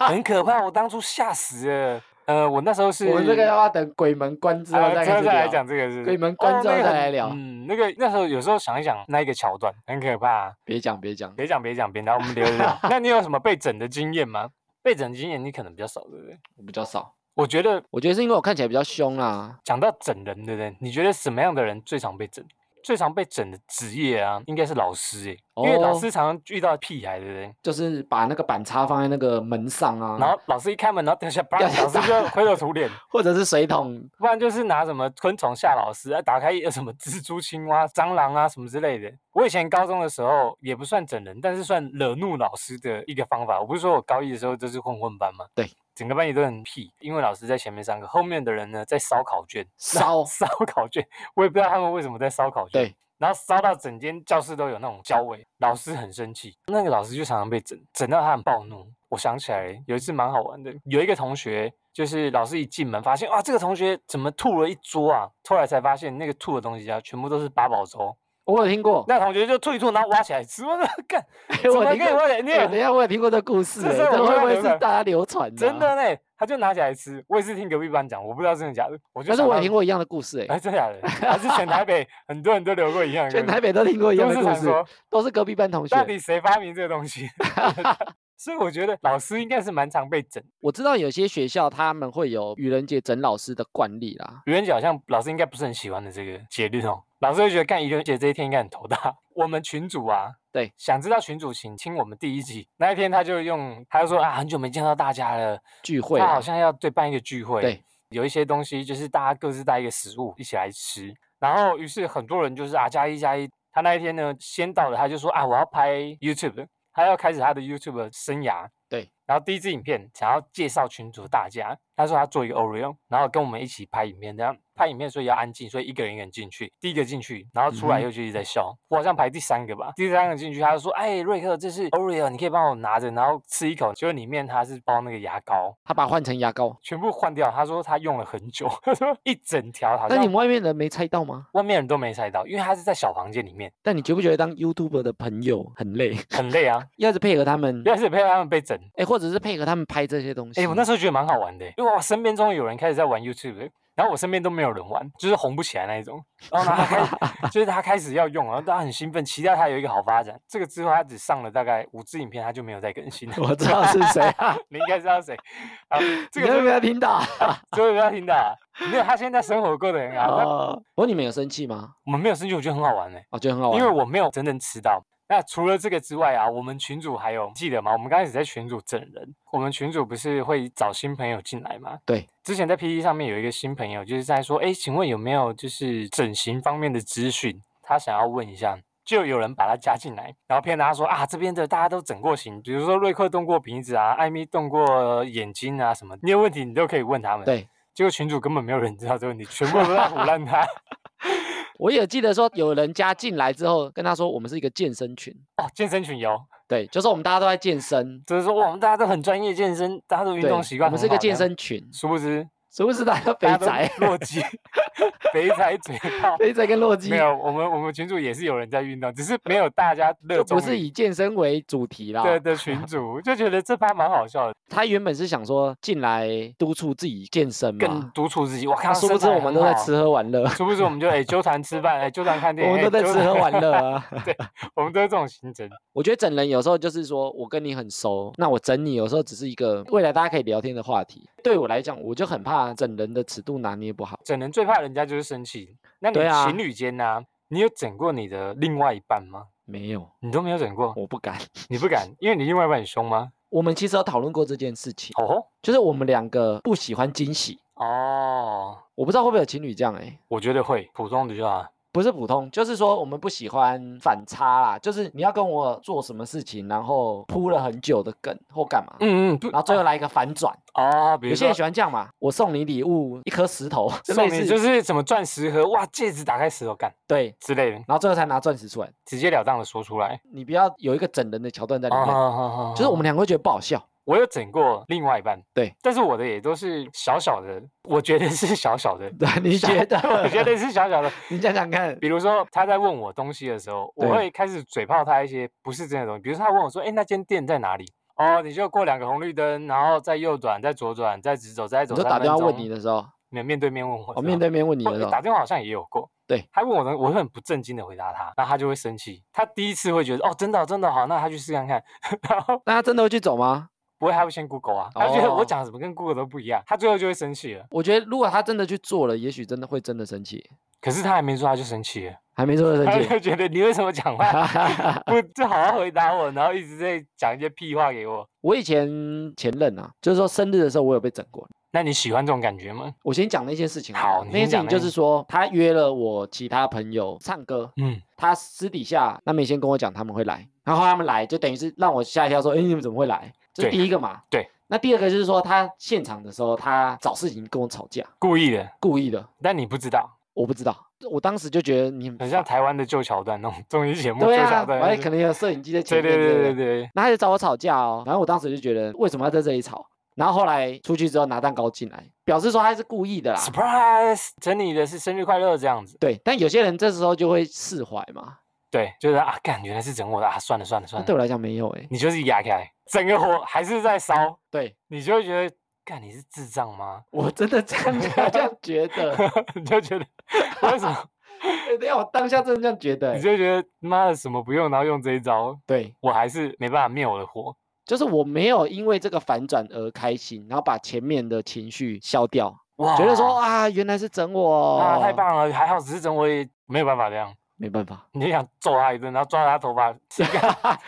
[SPEAKER 1] 很可怕，我当初吓死了。呃，我那时候是
[SPEAKER 2] 我们这个要不要等鬼门关之后
[SPEAKER 1] 啊
[SPEAKER 2] 再
[SPEAKER 1] 之后
[SPEAKER 2] 开始
[SPEAKER 1] 再来
[SPEAKER 2] 聊。
[SPEAKER 1] 讲这个是
[SPEAKER 2] 鬼门关
[SPEAKER 1] 哦
[SPEAKER 2] 之后
[SPEAKER 1] 那个
[SPEAKER 2] 再
[SPEAKER 1] 很
[SPEAKER 2] 来聊
[SPEAKER 1] 嗯，那个那时候有时候想一想那一个桥段很可怕、
[SPEAKER 2] 别讲别讲，
[SPEAKER 1] 别讲别讲别讲，我们留着 聊。那你有什么被整的经验吗？被整的经验你可能比较少，对不对？
[SPEAKER 2] 我比较少。
[SPEAKER 1] 我觉得
[SPEAKER 2] 我觉得是因为我看起来比较凶啊啦，
[SPEAKER 1] 讲到整人，对不对？你觉得什么样的人最常被整？最常被整的职业啊，应该是老师诶、因为老
[SPEAKER 2] 哦嗯
[SPEAKER 1] 师常常遇到屁孩，对不对？
[SPEAKER 2] 就是把那个板擦放在那个门上啊，
[SPEAKER 1] 然后老师一开门，然后掉下，啪，
[SPEAKER 2] 掉下
[SPEAKER 1] 老师就灰头土脸。
[SPEAKER 2] 或者是水桶，
[SPEAKER 1] 不然就是拿什么昆虫吓老师，啊打开有什么蜘蛛、青蛙、蟑螂啊什么之类的。我以前高中的时候也不算整人，但是算惹怒老师的一个方法。我不是说我高一的时候就是混混班吗？
[SPEAKER 2] 对，
[SPEAKER 1] 整个班也都很屁，因为老师在前面上课，后面的人呢在烧考卷， 那
[SPEAKER 2] 烧
[SPEAKER 1] 烧考卷，我也不知道他们为什么在烧考卷。
[SPEAKER 2] 对，
[SPEAKER 1] 然后烧到整间教室都有那种焦味，老师很生气，那个老师就常常被整，整到他很暴怒。我想起来有一次蛮好玩的，有一个同学就是老师一进门发现啊，这个同学怎么吐了一桌啊？后来才发现那个吐的东西啊，全部都是八宝粥。
[SPEAKER 2] 我有听过，
[SPEAKER 1] 那同学就吐一吐，然后挖起来吃，我说 干，怎
[SPEAKER 2] 我
[SPEAKER 1] 么可
[SPEAKER 2] 听
[SPEAKER 1] 以挖
[SPEAKER 2] 过，
[SPEAKER 1] 起来？你
[SPEAKER 2] 哎等一
[SPEAKER 1] 也
[SPEAKER 2] 下我也听过这故事、
[SPEAKER 1] 这
[SPEAKER 2] 欸，
[SPEAKER 1] 是我
[SPEAKER 2] 这
[SPEAKER 1] 们
[SPEAKER 2] 会
[SPEAKER 1] 要
[SPEAKER 2] 不会
[SPEAKER 1] 留
[SPEAKER 2] 是
[SPEAKER 1] 着
[SPEAKER 2] 大家流传的、啊
[SPEAKER 1] 真的？呢？他就拿起来吃，我也是听隔壁班讲，我不知道真的假的，我就
[SPEAKER 2] 但是我也
[SPEAKER 1] 想
[SPEAKER 2] 听
[SPEAKER 1] 到
[SPEAKER 2] 过一样的故事、欸，
[SPEAKER 1] 哎，真的假的？还是全台北很多人都留过一样 的故事，
[SPEAKER 2] 全台北都听过一样
[SPEAKER 1] 都
[SPEAKER 2] 的
[SPEAKER 1] 市
[SPEAKER 2] 故
[SPEAKER 1] 传
[SPEAKER 2] 事，
[SPEAKER 1] 说。
[SPEAKER 2] 都是隔壁班同学
[SPEAKER 1] 到。底谁发明这个东西？所以我觉得老师应该是蛮常被整。
[SPEAKER 2] 我知道有些学校他们会有愚人节整老师的惯例啦，
[SPEAKER 1] 愚人节好像老师应该不是很喜欢的这个节日哦，老师会觉得干愚人节这一天应该很头大。我们群主啊，
[SPEAKER 2] 对，
[SPEAKER 1] 想知道群主请听我们第一集那一天，他就用他就说啊，很久没见到大家了，
[SPEAKER 2] 聚会啊
[SPEAKER 1] 他
[SPEAKER 2] 啦
[SPEAKER 1] 好像要对办一个聚会，
[SPEAKER 2] 对，
[SPEAKER 1] 有一些东西就是大家各自带一个食物一起来吃，然后于是很多人就是啊加一加一，他那一天呢先到了，他就说啊我要拍 YouTube，他要开始他的 YouTube 生涯，
[SPEAKER 2] 对，
[SPEAKER 1] 然后第一支影片想要介绍群主大家，他说他做一个 Oreo，然后跟我们一起拍影片，这样拍影片所以要安静，所以一个人一个人进去，第一个进去，然后出来
[SPEAKER 2] 嗯哼
[SPEAKER 1] 又就一直在笑，我好像排第三个吧，第三个进去他就说哎瑞克这是 Oreo，你可以帮我拿着，然后吃一口，结果里面他是包那个牙膏。
[SPEAKER 2] 他把它换成牙膏。
[SPEAKER 1] 全部换掉。他说他用了很久，他说一整条好
[SPEAKER 2] 那你
[SPEAKER 1] 像
[SPEAKER 2] 们外面人没猜到吗？
[SPEAKER 1] 外面人都没猜到，因为他是在小房间里面，
[SPEAKER 2] 但你觉不觉得当 YouTuber 的朋友很累？
[SPEAKER 1] 很累啊，
[SPEAKER 2] 要是配合他们，
[SPEAKER 1] 要是被他们被整。
[SPEAKER 2] 哎，或者是配合他们拍这些东西。
[SPEAKER 1] 哎、我那时候觉得蛮好玩的、欸因为我身边终于有人开始在玩 YouTube，然后我身边都没有人玩，就是红不起来那一种。然后呢，他开 始就是他开始要用，然后大家很兴奋，期待他有一个好发展。这个之后他只上了大概五支影片，他就没有再更新了。
[SPEAKER 2] 我知道是谁啊，
[SPEAKER 1] 你应该知道谁 啊？ 这
[SPEAKER 2] 哦你
[SPEAKER 1] 个啊
[SPEAKER 2] 有
[SPEAKER 1] 就
[SPEAKER 2] 没有 听到？
[SPEAKER 1] 这个不要听的、啊，没有，他现在生活过得很好。那
[SPEAKER 2] 哦，不过你们有生气吗？哦
[SPEAKER 1] 我们没有生气，我觉得很好玩欸呢、
[SPEAKER 2] 我觉得很好玩，
[SPEAKER 1] 因为我没有真正吃到。那除了这个之外啊，我们群主还有记得吗？我们刚开始在群主整人，我们群主不是会找新朋友进来吗？
[SPEAKER 2] 对，
[SPEAKER 1] 之前在 PPT 上面有一个新朋友，就是在说，哎，请问有没有就是整形方面的资讯？他想要问一下，就有人把他加进来，然后骗他说啊，这边的大家都整过型，比如说瑞克动过鼻子啊，艾米动过眼睛啊什么，你有问题你都可以问他们。，
[SPEAKER 2] 对
[SPEAKER 1] 结果群主根本没有人知道这个问题，全部都在胡乱他。
[SPEAKER 2] 我也记得说有人加进来之后跟他说我们是一个健身群，
[SPEAKER 1] 哦，健身群有。
[SPEAKER 2] 对，就是我们大家都在健身，
[SPEAKER 1] 就是说，哇我们大家都很专业健身，大家都运
[SPEAKER 2] 啊对
[SPEAKER 1] 动习惯
[SPEAKER 2] 我们
[SPEAKER 1] 很好。
[SPEAKER 2] 是一个健
[SPEAKER 1] 这样，
[SPEAKER 2] 身群，
[SPEAKER 1] 殊不知
[SPEAKER 2] 是不是大家肥
[SPEAKER 1] 大家都
[SPEAKER 2] 宅？
[SPEAKER 1] 弱鸡， 肥宅嘴炮。
[SPEAKER 2] 肥宅跟洛基
[SPEAKER 1] 没有，我们我们群主也是有人在运动，只是没有大家热
[SPEAKER 2] 就
[SPEAKER 1] 衷
[SPEAKER 2] 不是
[SPEAKER 1] 于
[SPEAKER 2] 以健身为主题啦。
[SPEAKER 1] 对的 群主，就觉得这趴蛮好笑的，
[SPEAKER 2] 他原本是想说进来督促自己健身
[SPEAKER 1] 更
[SPEAKER 2] 嘛，
[SPEAKER 1] 督促自己。哇，看
[SPEAKER 2] 他
[SPEAKER 1] 到
[SPEAKER 2] 啊殊不
[SPEAKER 1] 身
[SPEAKER 2] 知
[SPEAKER 1] 材
[SPEAKER 2] 我们
[SPEAKER 1] 很
[SPEAKER 2] 都在
[SPEAKER 1] 好
[SPEAKER 2] 吃，喝玩乐，
[SPEAKER 1] 殊不知我们就哎纠缠吃饭，哎纠缠看电
[SPEAKER 2] 我
[SPEAKER 1] 影，
[SPEAKER 2] 们
[SPEAKER 1] 哎
[SPEAKER 2] 都在
[SPEAKER 1] 纠
[SPEAKER 2] 吃
[SPEAKER 1] 缠
[SPEAKER 2] 喝玩乐啊。
[SPEAKER 1] 我们都是这种行程。
[SPEAKER 2] 我觉得整人有时候就是说我跟你很熟，那我整你有时候只是一个未来大家可以聊天的话题。对我来讲，我就很怕整人的尺度拿捏不好。
[SPEAKER 1] 整人最怕人家就是生气。那你
[SPEAKER 2] 对啊
[SPEAKER 1] 情侣间呢、你有整过你的另外一半吗？
[SPEAKER 2] 没有，
[SPEAKER 1] 你都没有整过，
[SPEAKER 2] 我不敢。
[SPEAKER 1] 你不敢，因为你另外一半很凶吗？
[SPEAKER 2] 我们其实有讨论过这件事情，
[SPEAKER 1] 哦吼。
[SPEAKER 2] 就是我们两个不喜欢惊喜。
[SPEAKER 1] 哦，
[SPEAKER 2] 我不知道会不会有情侣这样哎、欸，
[SPEAKER 1] 我觉得会，普通的就好。
[SPEAKER 2] 不是普通，就是说我们不喜欢反差啦，就是你要跟我做什么事情，然后铺了很久的梗或干嘛，
[SPEAKER 1] 嗯嗯，不
[SPEAKER 2] 然后最后来一个反转。
[SPEAKER 1] 哦，比
[SPEAKER 2] 有
[SPEAKER 1] 如
[SPEAKER 2] 些
[SPEAKER 1] 说
[SPEAKER 2] 人喜欢这样嘛，我送你礼物一颗石头，就
[SPEAKER 1] 送你
[SPEAKER 2] 类似
[SPEAKER 1] 就是什么钻石盒，哇，戒指打开石头干
[SPEAKER 2] 对，
[SPEAKER 1] 之类的，
[SPEAKER 2] 然后最后才拿钻石出来。
[SPEAKER 1] 直截了当的说出来。
[SPEAKER 2] 你不要有一个整人的桥段在里面，
[SPEAKER 1] 哦
[SPEAKER 2] 就是我们两个会觉得不 好笑。
[SPEAKER 1] 我有整过另外一半，
[SPEAKER 2] 对，，
[SPEAKER 1] 但是我的也都是小小的，我觉得是小小的
[SPEAKER 2] 对，你觉得？
[SPEAKER 1] 我觉得是小小的。
[SPEAKER 2] 你想想看，
[SPEAKER 1] 比如说他在问我东西的时候，我
[SPEAKER 2] 对
[SPEAKER 1] 会开始嘴炮他一些不是真的东西，比如说他问我说：“哎，那间店在哪里？”哦，你就过两个红绿灯，然后再右转，再左转，再直走，再走
[SPEAKER 2] 你
[SPEAKER 1] 3
[SPEAKER 2] 说
[SPEAKER 1] 分钟。
[SPEAKER 2] 打电话问你的时候，
[SPEAKER 1] 没有，面对面问我，
[SPEAKER 2] 我面对面问你
[SPEAKER 1] 或
[SPEAKER 2] 的时候，
[SPEAKER 1] 打电话好像也有过。
[SPEAKER 2] 对，
[SPEAKER 1] 他问我的，我会很不正经的回答他，然后他就会生气。他第一次会觉得哦，真的哦、真的好，那他去试看看。然后
[SPEAKER 2] 那他真的会去走吗？
[SPEAKER 1] 不会，他会先 Google 啊，他觉得我
[SPEAKER 2] 哦
[SPEAKER 1] 讲什么跟 Google 都不一样，他最后就会生气了。
[SPEAKER 2] 我觉得如果他真的去做了，也许真的会真的生气，
[SPEAKER 1] 可是他还没说，他就生气了，
[SPEAKER 2] 还没做
[SPEAKER 1] 他
[SPEAKER 2] 生气。
[SPEAKER 1] 就觉得你为什么讲 话不就好好回答我，然后一直在讲一些屁话给我。
[SPEAKER 2] 我以前前任啊，就是说生日的时候我有被整过。
[SPEAKER 1] 那你喜欢这种感觉吗？
[SPEAKER 2] 我先讲那件事情
[SPEAKER 1] 好
[SPEAKER 2] 了
[SPEAKER 1] 你
[SPEAKER 2] 那件
[SPEAKER 1] 先
[SPEAKER 2] 事
[SPEAKER 1] 讲
[SPEAKER 2] 情就
[SPEAKER 1] 那
[SPEAKER 2] 是说他约了我其他朋友唱歌，
[SPEAKER 1] 嗯，
[SPEAKER 2] 他私底下那没先跟我讲他们会来，然后他们来就等于是让我吓一跳，说，哎，你们怎么会来？这是
[SPEAKER 1] 对
[SPEAKER 2] 第一个嘛。
[SPEAKER 1] 对。
[SPEAKER 2] 那第二个就是说他现场的时候，他找事情跟我吵架，
[SPEAKER 1] 故意的，
[SPEAKER 2] 故意的，
[SPEAKER 1] 但你不知道，
[SPEAKER 2] 我不知道，我当时就觉得你
[SPEAKER 1] 很
[SPEAKER 2] 很
[SPEAKER 1] 像台湾的旧桥段那种综艺节目旧
[SPEAKER 2] 对
[SPEAKER 1] 桥
[SPEAKER 2] 啊，
[SPEAKER 1] 段。
[SPEAKER 2] 我也
[SPEAKER 1] 就
[SPEAKER 2] 可能有摄影机在前
[SPEAKER 1] 对
[SPEAKER 2] 面
[SPEAKER 1] 对
[SPEAKER 2] 之类
[SPEAKER 1] 对
[SPEAKER 2] 的
[SPEAKER 1] 对对，
[SPEAKER 2] 然后他就找我吵架哦，然后我当时就觉得为什么要在这里吵？然后后来出去之后拿蛋糕进来，表示说他是故意的啦。
[SPEAKER 1] surprise，整理的是生日快乐这样子。
[SPEAKER 2] 对，但有些人这时候就会释怀嘛，
[SPEAKER 1] 对，就是啊，干，原来是整我的啊，算了算了算
[SPEAKER 2] 那
[SPEAKER 1] 了，
[SPEAKER 2] 对我来讲没有哎、
[SPEAKER 1] 你就是压起来，整个火还是在烧，
[SPEAKER 2] 对
[SPEAKER 1] 你就会觉得，干，你是智障吗？
[SPEAKER 2] 我真的这样这样觉得，
[SPEAKER 1] 你就觉得为什 么？
[SPEAKER 2] 对对，我当下真的这样觉得、
[SPEAKER 1] 你
[SPEAKER 2] 欸。
[SPEAKER 1] 就觉得妈的什么不用，然后用这一招，
[SPEAKER 2] 对，
[SPEAKER 1] 我还是没办法灭我的火。
[SPEAKER 2] 就是我没有因为这个反转而开心，然后把前面的情绪消掉，
[SPEAKER 1] 哇，
[SPEAKER 2] 觉得 说啊，原来是整我，
[SPEAKER 1] 哦啊太，棒了，还好只是整我也没有办法这样，
[SPEAKER 2] 没办法，
[SPEAKER 1] 你就想揍他一顿，然后抓着他头发，膝 盖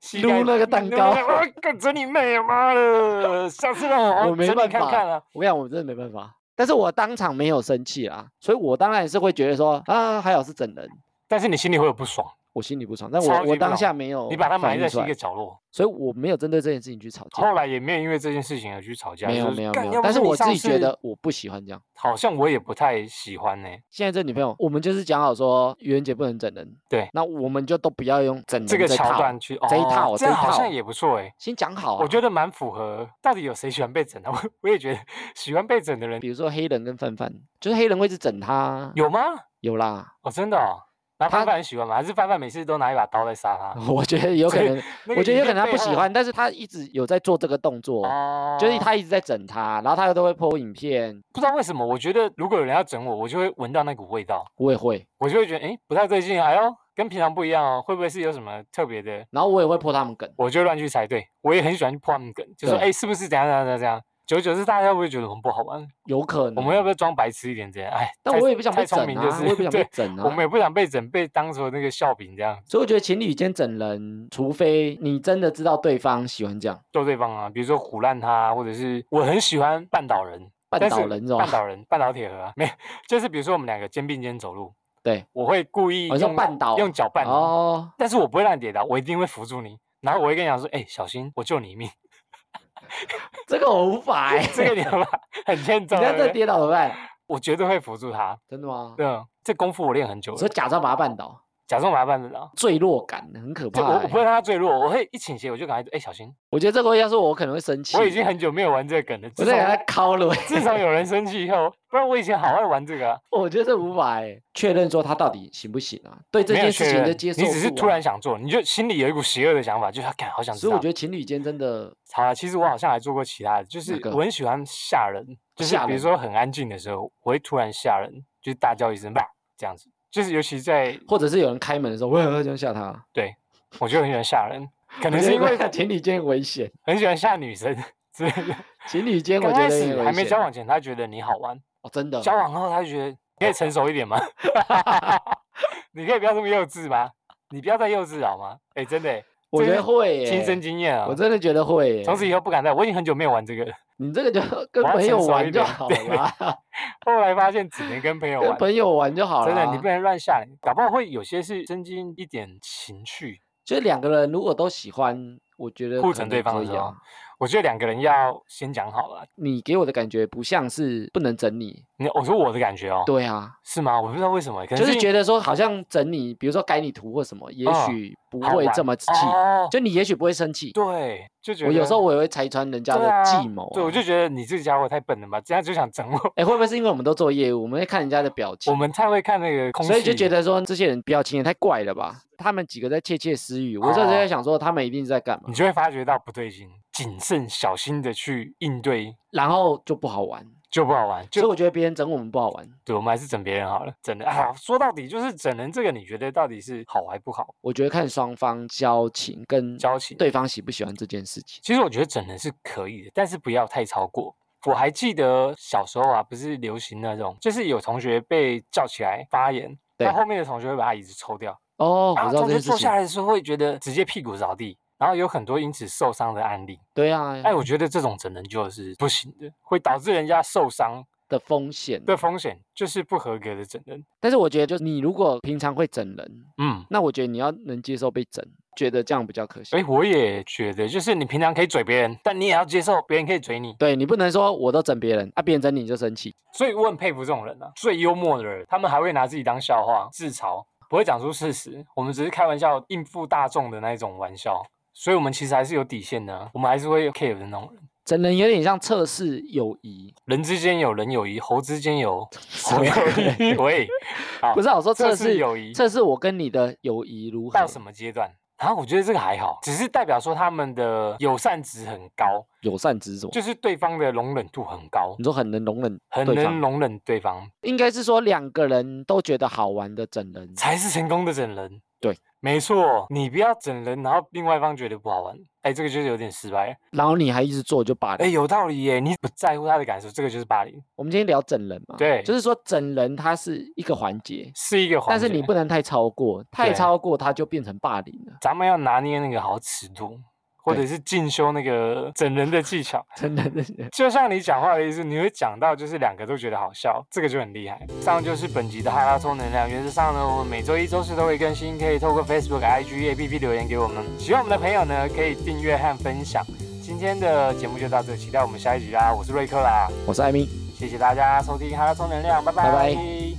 [SPEAKER 1] 膝盖
[SPEAKER 2] 撸那个蛋
[SPEAKER 1] 撸
[SPEAKER 2] 糕
[SPEAKER 1] 那个我敢整你妹啊！妈的，下次让我
[SPEAKER 2] 我没
[SPEAKER 1] 整你
[SPEAKER 2] 办
[SPEAKER 1] 看
[SPEAKER 2] 法
[SPEAKER 1] 看啊！
[SPEAKER 2] 我跟你讲，我真的没办法。但是我当场没有生气啦，所以我当然是会觉得说啊，还好是整人，
[SPEAKER 1] 但是你心里会有不爽，
[SPEAKER 2] 我心里不爽，但
[SPEAKER 1] 超
[SPEAKER 2] 我
[SPEAKER 1] 级
[SPEAKER 2] 我
[SPEAKER 1] 不
[SPEAKER 2] 当
[SPEAKER 1] 爽
[SPEAKER 2] 下没有，
[SPEAKER 1] 你把它埋在一个，角落。
[SPEAKER 2] 所以我没有针对这件事情去吵架，
[SPEAKER 1] 后来也没有因为这件事情而去吵架，
[SPEAKER 2] 没有
[SPEAKER 1] 啊就是
[SPEAKER 2] 没有
[SPEAKER 1] 干
[SPEAKER 2] 没
[SPEAKER 1] 要
[SPEAKER 2] 有，
[SPEAKER 1] 不
[SPEAKER 2] 但
[SPEAKER 1] 是
[SPEAKER 2] 是
[SPEAKER 1] 你
[SPEAKER 2] 我自
[SPEAKER 1] 上
[SPEAKER 2] 己觉
[SPEAKER 1] 次
[SPEAKER 2] 得嗯我不喜欢这样。
[SPEAKER 1] 好像我也不太喜欢呢、
[SPEAKER 2] 现在这女朋友，我们就是讲好说愚人节不能整人，
[SPEAKER 1] 对
[SPEAKER 2] 那我们就都不要用整人
[SPEAKER 1] 这个
[SPEAKER 2] 这
[SPEAKER 1] 桥
[SPEAKER 2] 套
[SPEAKER 1] 段去
[SPEAKER 2] 这一
[SPEAKER 1] 哦
[SPEAKER 2] 套
[SPEAKER 1] 这
[SPEAKER 2] 这一
[SPEAKER 1] 样好
[SPEAKER 2] 套
[SPEAKER 1] 像也不错哎、
[SPEAKER 2] 先讲好、啊。
[SPEAKER 1] 我觉得蛮符合。到底有谁喜欢被整的？ 我我也觉得喜欢被整的人
[SPEAKER 2] 比如说黑人跟范范，就是黑人会一直整他，
[SPEAKER 1] 有吗？
[SPEAKER 2] 有啦，
[SPEAKER 1] 哦，真的哦。然后
[SPEAKER 2] 他
[SPEAKER 1] 范范很喜欢吗？还是范范每次都拿一把刀在杀他？
[SPEAKER 2] 我觉得有可
[SPEAKER 1] 所以
[SPEAKER 2] 能，
[SPEAKER 1] 那个
[SPEAKER 2] 我觉得
[SPEAKER 1] 影
[SPEAKER 2] 有可
[SPEAKER 1] 片
[SPEAKER 2] 能他
[SPEAKER 1] 背
[SPEAKER 2] 不喜
[SPEAKER 1] 后
[SPEAKER 2] 欢，但是他一直有在做这个动作，
[SPEAKER 1] 哦，
[SPEAKER 2] 就是他一直在整他，然后他都会 po 影片，
[SPEAKER 1] 不知道为什么，我觉得如果有人要整我，我就会闻到那股味道，
[SPEAKER 2] 我也会，
[SPEAKER 1] 我就会觉得哎不太对劲，哎呦跟平常不一样哦，会不会是有什么特别的？
[SPEAKER 2] 然后我也会 po 他们梗，
[SPEAKER 1] 我就乱去猜对，我也很喜欢去破他们梗，就说
[SPEAKER 2] 对
[SPEAKER 1] 哎是不是怎样怎样怎样怎样？久而久之，大家会不会觉得我们不好玩？
[SPEAKER 2] 有可
[SPEAKER 1] 我
[SPEAKER 2] 能。
[SPEAKER 1] 们要不要装白痴一点？这样，哎，
[SPEAKER 2] 嗯但
[SPEAKER 1] 太
[SPEAKER 2] 我也不想
[SPEAKER 1] 太
[SPEAKER 2] 被整
[SPEAKER 1] 聪明就
[SPEAKER 2] 啊，
[SPEAKER 1] 是，
[SPEAKER 2] 我也不想被
[SPEAKER 1] 对，
[SPEAKER 2] 整啊。
[SPEAKER 1] 我们也不想被整，被当做那个笑柄这样
[SPEAKER 2] 所以我觉得情侣间整人，除非你真的知道对方喜欢这样，
[SPEAKER 1] 揍对方啊。比如说唬烂他啊，或者是我很喜欢绊倒人，
[SPEAKER 2] 绊
[SPEAKER 1] 但
[SPEAKER 2] 倒
[SPEAKER 1] 是
[SPEAKER 2] 人是
[SPEAKER 1] 绊
[SPEAKER 2] 吧？哦
[SPEAKER 1] 倒人，绊倒铁盒啊，没，就是比如说我们两个肩并肩走路，
[SPEAKER 2] 对，
[SPEAKER 1] 我会故意
[SPEAKER 2] 哦你说
[SPEAKER 1] 用
[SPEAKER 2] 绊倒
[SPEAKER 1] 用脚绊你，
[SPEAKER 2] 哦，
[SPEAKER 1] 但是我不会让你跌倒，我一定会扶住你，然后我会跟你讲说，哎，小心，我救你一 命。
[SPEAKER 2] 这个我无法哎、
[SPEAKER 1] 这个你们很欠
[SPEAKER 2] 你
[SPEAKER 1] 揍，对
[SPEAKER 2] 要再
[SPEAKER 1] 不对
[SPEAKER 2] 跌倒怎么办？
[SPEAKER 1] 我绝对会扶住他。
[SPEAKER 2] 真的吗？
[SPEAKER 1] 嗯，这功夫我练很久
[SPEAKER 2] 你说
[SPEAKER 1] 了，
[SPEAKER 2] 假装把他绊倒，
[SPEAKER 1] 假装把他绊倒。
[SPEAKER 2] 坠落感很可
[SPEAKER 1] 就
[SPEAKER 2] 怕、
[SPEAKER 1] 我我
[SPEAKER 2] 欸
[SPEAKER 1] 不会让他坠落，我会一倾斜我就赶快哎小心，
[SPEAKER 2] 我觉得这个要是我，我可能会生气。
[SPEAKER 1] 我已经很久没有玩这个梗了。
[SPEAKER 2] 我
[SPEAKER 1] 自
[SPEAKER 2] 在
[SPEAKER 1] 从
[SPEAKER 2] 给他敲了欸，
[SPEAKER 1] 自从有人生气以后，不然我以前好爱玩这个、啊。
[SPEAKER 2] 我觉得这无法欸确认说他到底行不行啊？对这
[SPEAKER 1] 没有
[SPEAKER 2] 件
[SPEAKER 1] 确
[SPEAKER 2] 事情的
[SPEAKER 1] 认，
[SPEAKER 2] 接
[SPEAKER 1] 你
[SPEAKER 2] 受、度
[SPEAKER 1] 只是
[SPEAKER 2] 啊
[SPEAKER 1] 突然想做，你就心里有一股邪恶的想法，就是啊，干好想知
[SPEAKER 2] 所以
[SPEAKER 1] 道。
[SPEAKER 2] 我觉得情侣间真的
[SPEAKER 1] 好了，其实我好像还做过其他的，就是
[SPEAKER 2] 个
[SPEAKER 1] 我很喜欢吓人，就是
[SPEAKER 2] 吓
[SPEAKER 1] 比如
[SPEAKER 2] 人
[SPEAKER 1] 说很安静的时候，我会突然吓人，就是大叫一声吧，这样子。就是尤其在
[SPEAKER 2] 或者是有人开门的时候，我很想吓他，
[SPEAKER 1] 我就很喜欢吓人，可
[SPEAKER 2] 可
[SPEAKER 1] 能是因为
[SPEAKER 2] 情侣间危险，
[SPEAKER 1] 很喜欢吓女生之类的。
[SPEAKER 2] 情侣间我
[SPEAKER 1] 刚
[SPEAKER 2] 觉
[SPEAKER 1] 开
[SPEAKER 2] 得
[SPEAKER 1] 始
[SPEAKER 2] 也
[SPEAKER 1] 还
[SPEAKER 2] 危
[SPEAKER 1] 没
[SPEAKER 2] 险
[SPEAKER 1] 交往前，他觉得你好玩，
[SPEAKER 2] 哦，真的
[SPEAKER 1] 交往后他就觉得你可以成熟一点吗？ 你可以不要这么幼稚吗？你不要再幼稚好吗？哎、真的欸、
[SPEAKER 2] 我
[SPEAKER 1] 这
[SPEAKER 2] 觉
[SPEAKER 1] 是
[SPEAKER 2] 得会
[SPEAKER 1] 亲身
[SPEAKER 2] 耶，
[SPEAKER 1] 经验啊
[SPEAKER 2] 我！真的觉得会耶，
[SPEAKER 1] 从此以后不敢再，我已经很久没有玩这个了。
[SPEAKER 2] 你这 个就跟
[SPEAKER 1] 我要
[SPEAKER 2] 朋友
[SPEAKER 1] 成熟一
[SPEAKER 2] 玩就
[SPEAKER 1] 点
[SPEAKER 2] 好
[SPEAKER 1] 对
[SPEAKER 2] 了啦，
[SPEAKER 1] 后来发现只能跟朋友
[SPEAKER 2] 跟
[SPEAKER 1] 玩，
[SPEAKER 2] 朋友玩就好了
[SPEAKER 1] 真
[SPEAKER 2] 啦，
[SPEAKER 1] 的你不能乱吓人，搞不好会有些是增进一点情趣。
[SPEAKER 2] 就是两个人如果都喜欢，我觉得
[SPEAKER 1] 互
[SPEAKER 2] 可
[SPEAKER 1] 整
[SPEAKER 2] 能
[SPEAKER 1] 对方
[SPEAKER 2] 可
[SPEAKER 1] 的
[SPEAKER 2] 以
[SPEAKER 1] 时候
[SPEAKER 2] 啊。
[SPEAKER 1] 我觉得两个人要先讲好了。
[SPEAKER 2] 你给我的感觉不像是不能整你，
[SPEAKER 1] 你我说我的感觉哦，
[SPEAKER 2] 对啊，
[SPEAKER 1] 是吗？我不知道为什么，可能
[SPEAKER 2] 就是
[SPEAKER 1] 因
[SPEAKER 2] 觉得说好像整你，比如说改你图或什么，也
[SPEAKER 1] 嗯
[SPEAKER 2] 许不
[SPEAKER 1] 好
[SPEAKER 2] 会
[SPEAKER 1] 玩
[SPEAKER 2] 这么气，
[SPEAKER 1] 哦，
[SPEAKER 2] 就你也许不会生气。
[SPEAKER 1] 对，就觉得
[SPEAKER 2] 我有时候我也会拆穿人家
[SPEAKER 1] 对
[SPEAKER 2] 的
[SPEAKER 1] 啊
[SPEAKER 2] 计谋、
[SPEAKER 1] 对，我就觉得你这个家伙太笨了吧，这样就想整 我。
[SPEAKER 2] 哎、会不会是因为我们都做业务，我们会看人家的表情
[SPEAKER 1] 我，们太会看那个空气，
[SPEAKER 2] 所以就觉得说这些人表情也太怪了吧？他们几个在窃窃私语，我这时
[SPEAKER 1] 哦
[SPEAKER 2] 候在想说他们一定是在干嘛
[SPEAKER 1] 你，就会发觉到不对劲，谨慎小心的去应对
[SPEAKER 2] 然后就不好玩。
[SPEAKER 1] 就不好玩。
[SPEAKER 2] 所以
[SPEAKER 1] 就
[SPEAKER 2] 我觉得别人整我们不好玩，
[SPEAKER 1] 对，我们还是整别人好了，整人啊，说到底就是整人这个，你觉得到底是好还不好？
[SPEAKER 2] 我觉得看双方交情跟
[SPEAKER 1] 交情。
[SPEAKER 2] 对方喜不喜欢这件事情。
[SPEAKER 1] 其实我觉得整人是可以的，但是不要太超过。我还记得小时候啊，不是流行那种，就是有同学被叫起来发言，
[SPEAKER 2] 对
[SPEAKER 1] 那后面的同学会把他椅子抽掉，
[SPEAKER 2] 哦，
[SPEAKER 1] 然后
[SPEAKER 2] 我知道
[SPEAKER 1] 同
[SPEAKER 2] 这
[SPEAKER 1] 学
[SPEAKER 2] 件事
[SPEAKER 1] 啊坐
[SPEAKER 2] 情
[SPEAKER 1] 下。来的时候会觉得直接屁股着地，然后有很多因此受伤的案例。
[SPEAKER 2] 对啊，
[SPEAKER 1] 哎，我觉得这种整人就是不行的，会导致人家受伤
[SPEAKER 2] 的风险。
[SPEAKER 1] 的风险，就是不合格的整人。
[SPEAKER 2] 但是我觉得，就是你如果平常会整人，
[SPEAKER 1] 嗯，
[SPEAKER 2] 那我觉得你要能接受被整，觉得这样比较可行。
[SPEAKER 1] 哎，我也觉得，就是你平常可以嘴别人，但你也要接受别人可以嘴你。
[SPEAKER 2] 对你不能说我都整别人，啊，别人整你就生气。
[SPEAKER 1] 所以我很佩服这种人啊，最幽默的人，他们还会拿自己当笑话自嘲，不会讲出事实。我们只是开玩笑应付大众的那一种玩笑，所以我们其实还是有底线的啊，我们还是会 care 的那种人。
[SPEAKER 2] 整人有点像测试友谊，
[SPEAKER 1] 人之间有人友谊，猴之间有
[SPEAKER 2] 什
[SPEAKER 1] 猴
[SPEAKER 2] 么
[SPEAKER 1] 友谊。 喂，好
[SPEAKER 2] 不是啊我说测
[SPEAKER 1] 测
[SPEAKER 2] 试
[SPEAKER 1] 试友谊
[SPEAKER 2] 测试我跟你的友谊如何？
[SPEAKER 1] 到什么阶段？然后我觉得这个还好，只是代表说他们的友善值很高，
[SPEAKER 2] 友善执着？
[SPEAKER 1] 就是对方的容忍度很高，
[SPEAKER 2] 你说很能容忍
[SPEAKER 1] 很
[SPEAKER 2] 对
[SPEAKER 1] 能
[SPEAKER 2] 方，
[SPEAKER 1] 容忍对方，
[SPEAKER 2] 应该是说两个人都觉得好玩的整人，
[SPEAKER 1] 才是成功的整人。
[SPEAKER 2] 对，
[SPEAKER 1] 没错，你不要整人，然后另外一方觉得不好玩，哎，这个就是有点失败了。
[SPEAKER 2] 然后你还一直做就罢了
[SPEAKER 1] 哎，。有道理耶，你不在乎他的感受，这个就是霸凌，
[SPEAKER 2] 我们今天聊整人嘛，
[SPEAKER 1] 对
[SPEAKER 2] 就是说整人它是一个环节，
[SPEAKER 1] 是一个环
[SPEAKER 2] 但
[SPEAKER 1] 节。
[SPEAKER 2] 是你不能太超过，太
[SPEAKER 1] 对
[SPEAKER 2] 超过它就变成霸凌了。
[SPEAKER 1] 咱们要拿捏那个好尺度，或者
[SPEAKER 2] 对
[SPEAKER 1] 是进修那个整人的技巧。
[SPEAKER 2] 真的，真的，
[SPEAKER 1] 就像你讲话的意思，你会讲到就是两个都觉得好笑，这个就很厉害。以上就是本集的哈拉充能量。原则上呢，我们每周一、周四都会更新，可以透过 Facebook、IG、APP 留言给我们。喜欢我们的朋友呢，可以订阅和分享。今天的节目就到这， 期待我们下一集啦！我是瑞克啦，
[SPEAKER 2] 我是艾米。
[SPEAKER 1] 谢谢大家收听哈拉充能量，拜
[SPEAKER 2] 拜
[SPEAKER 1] 拜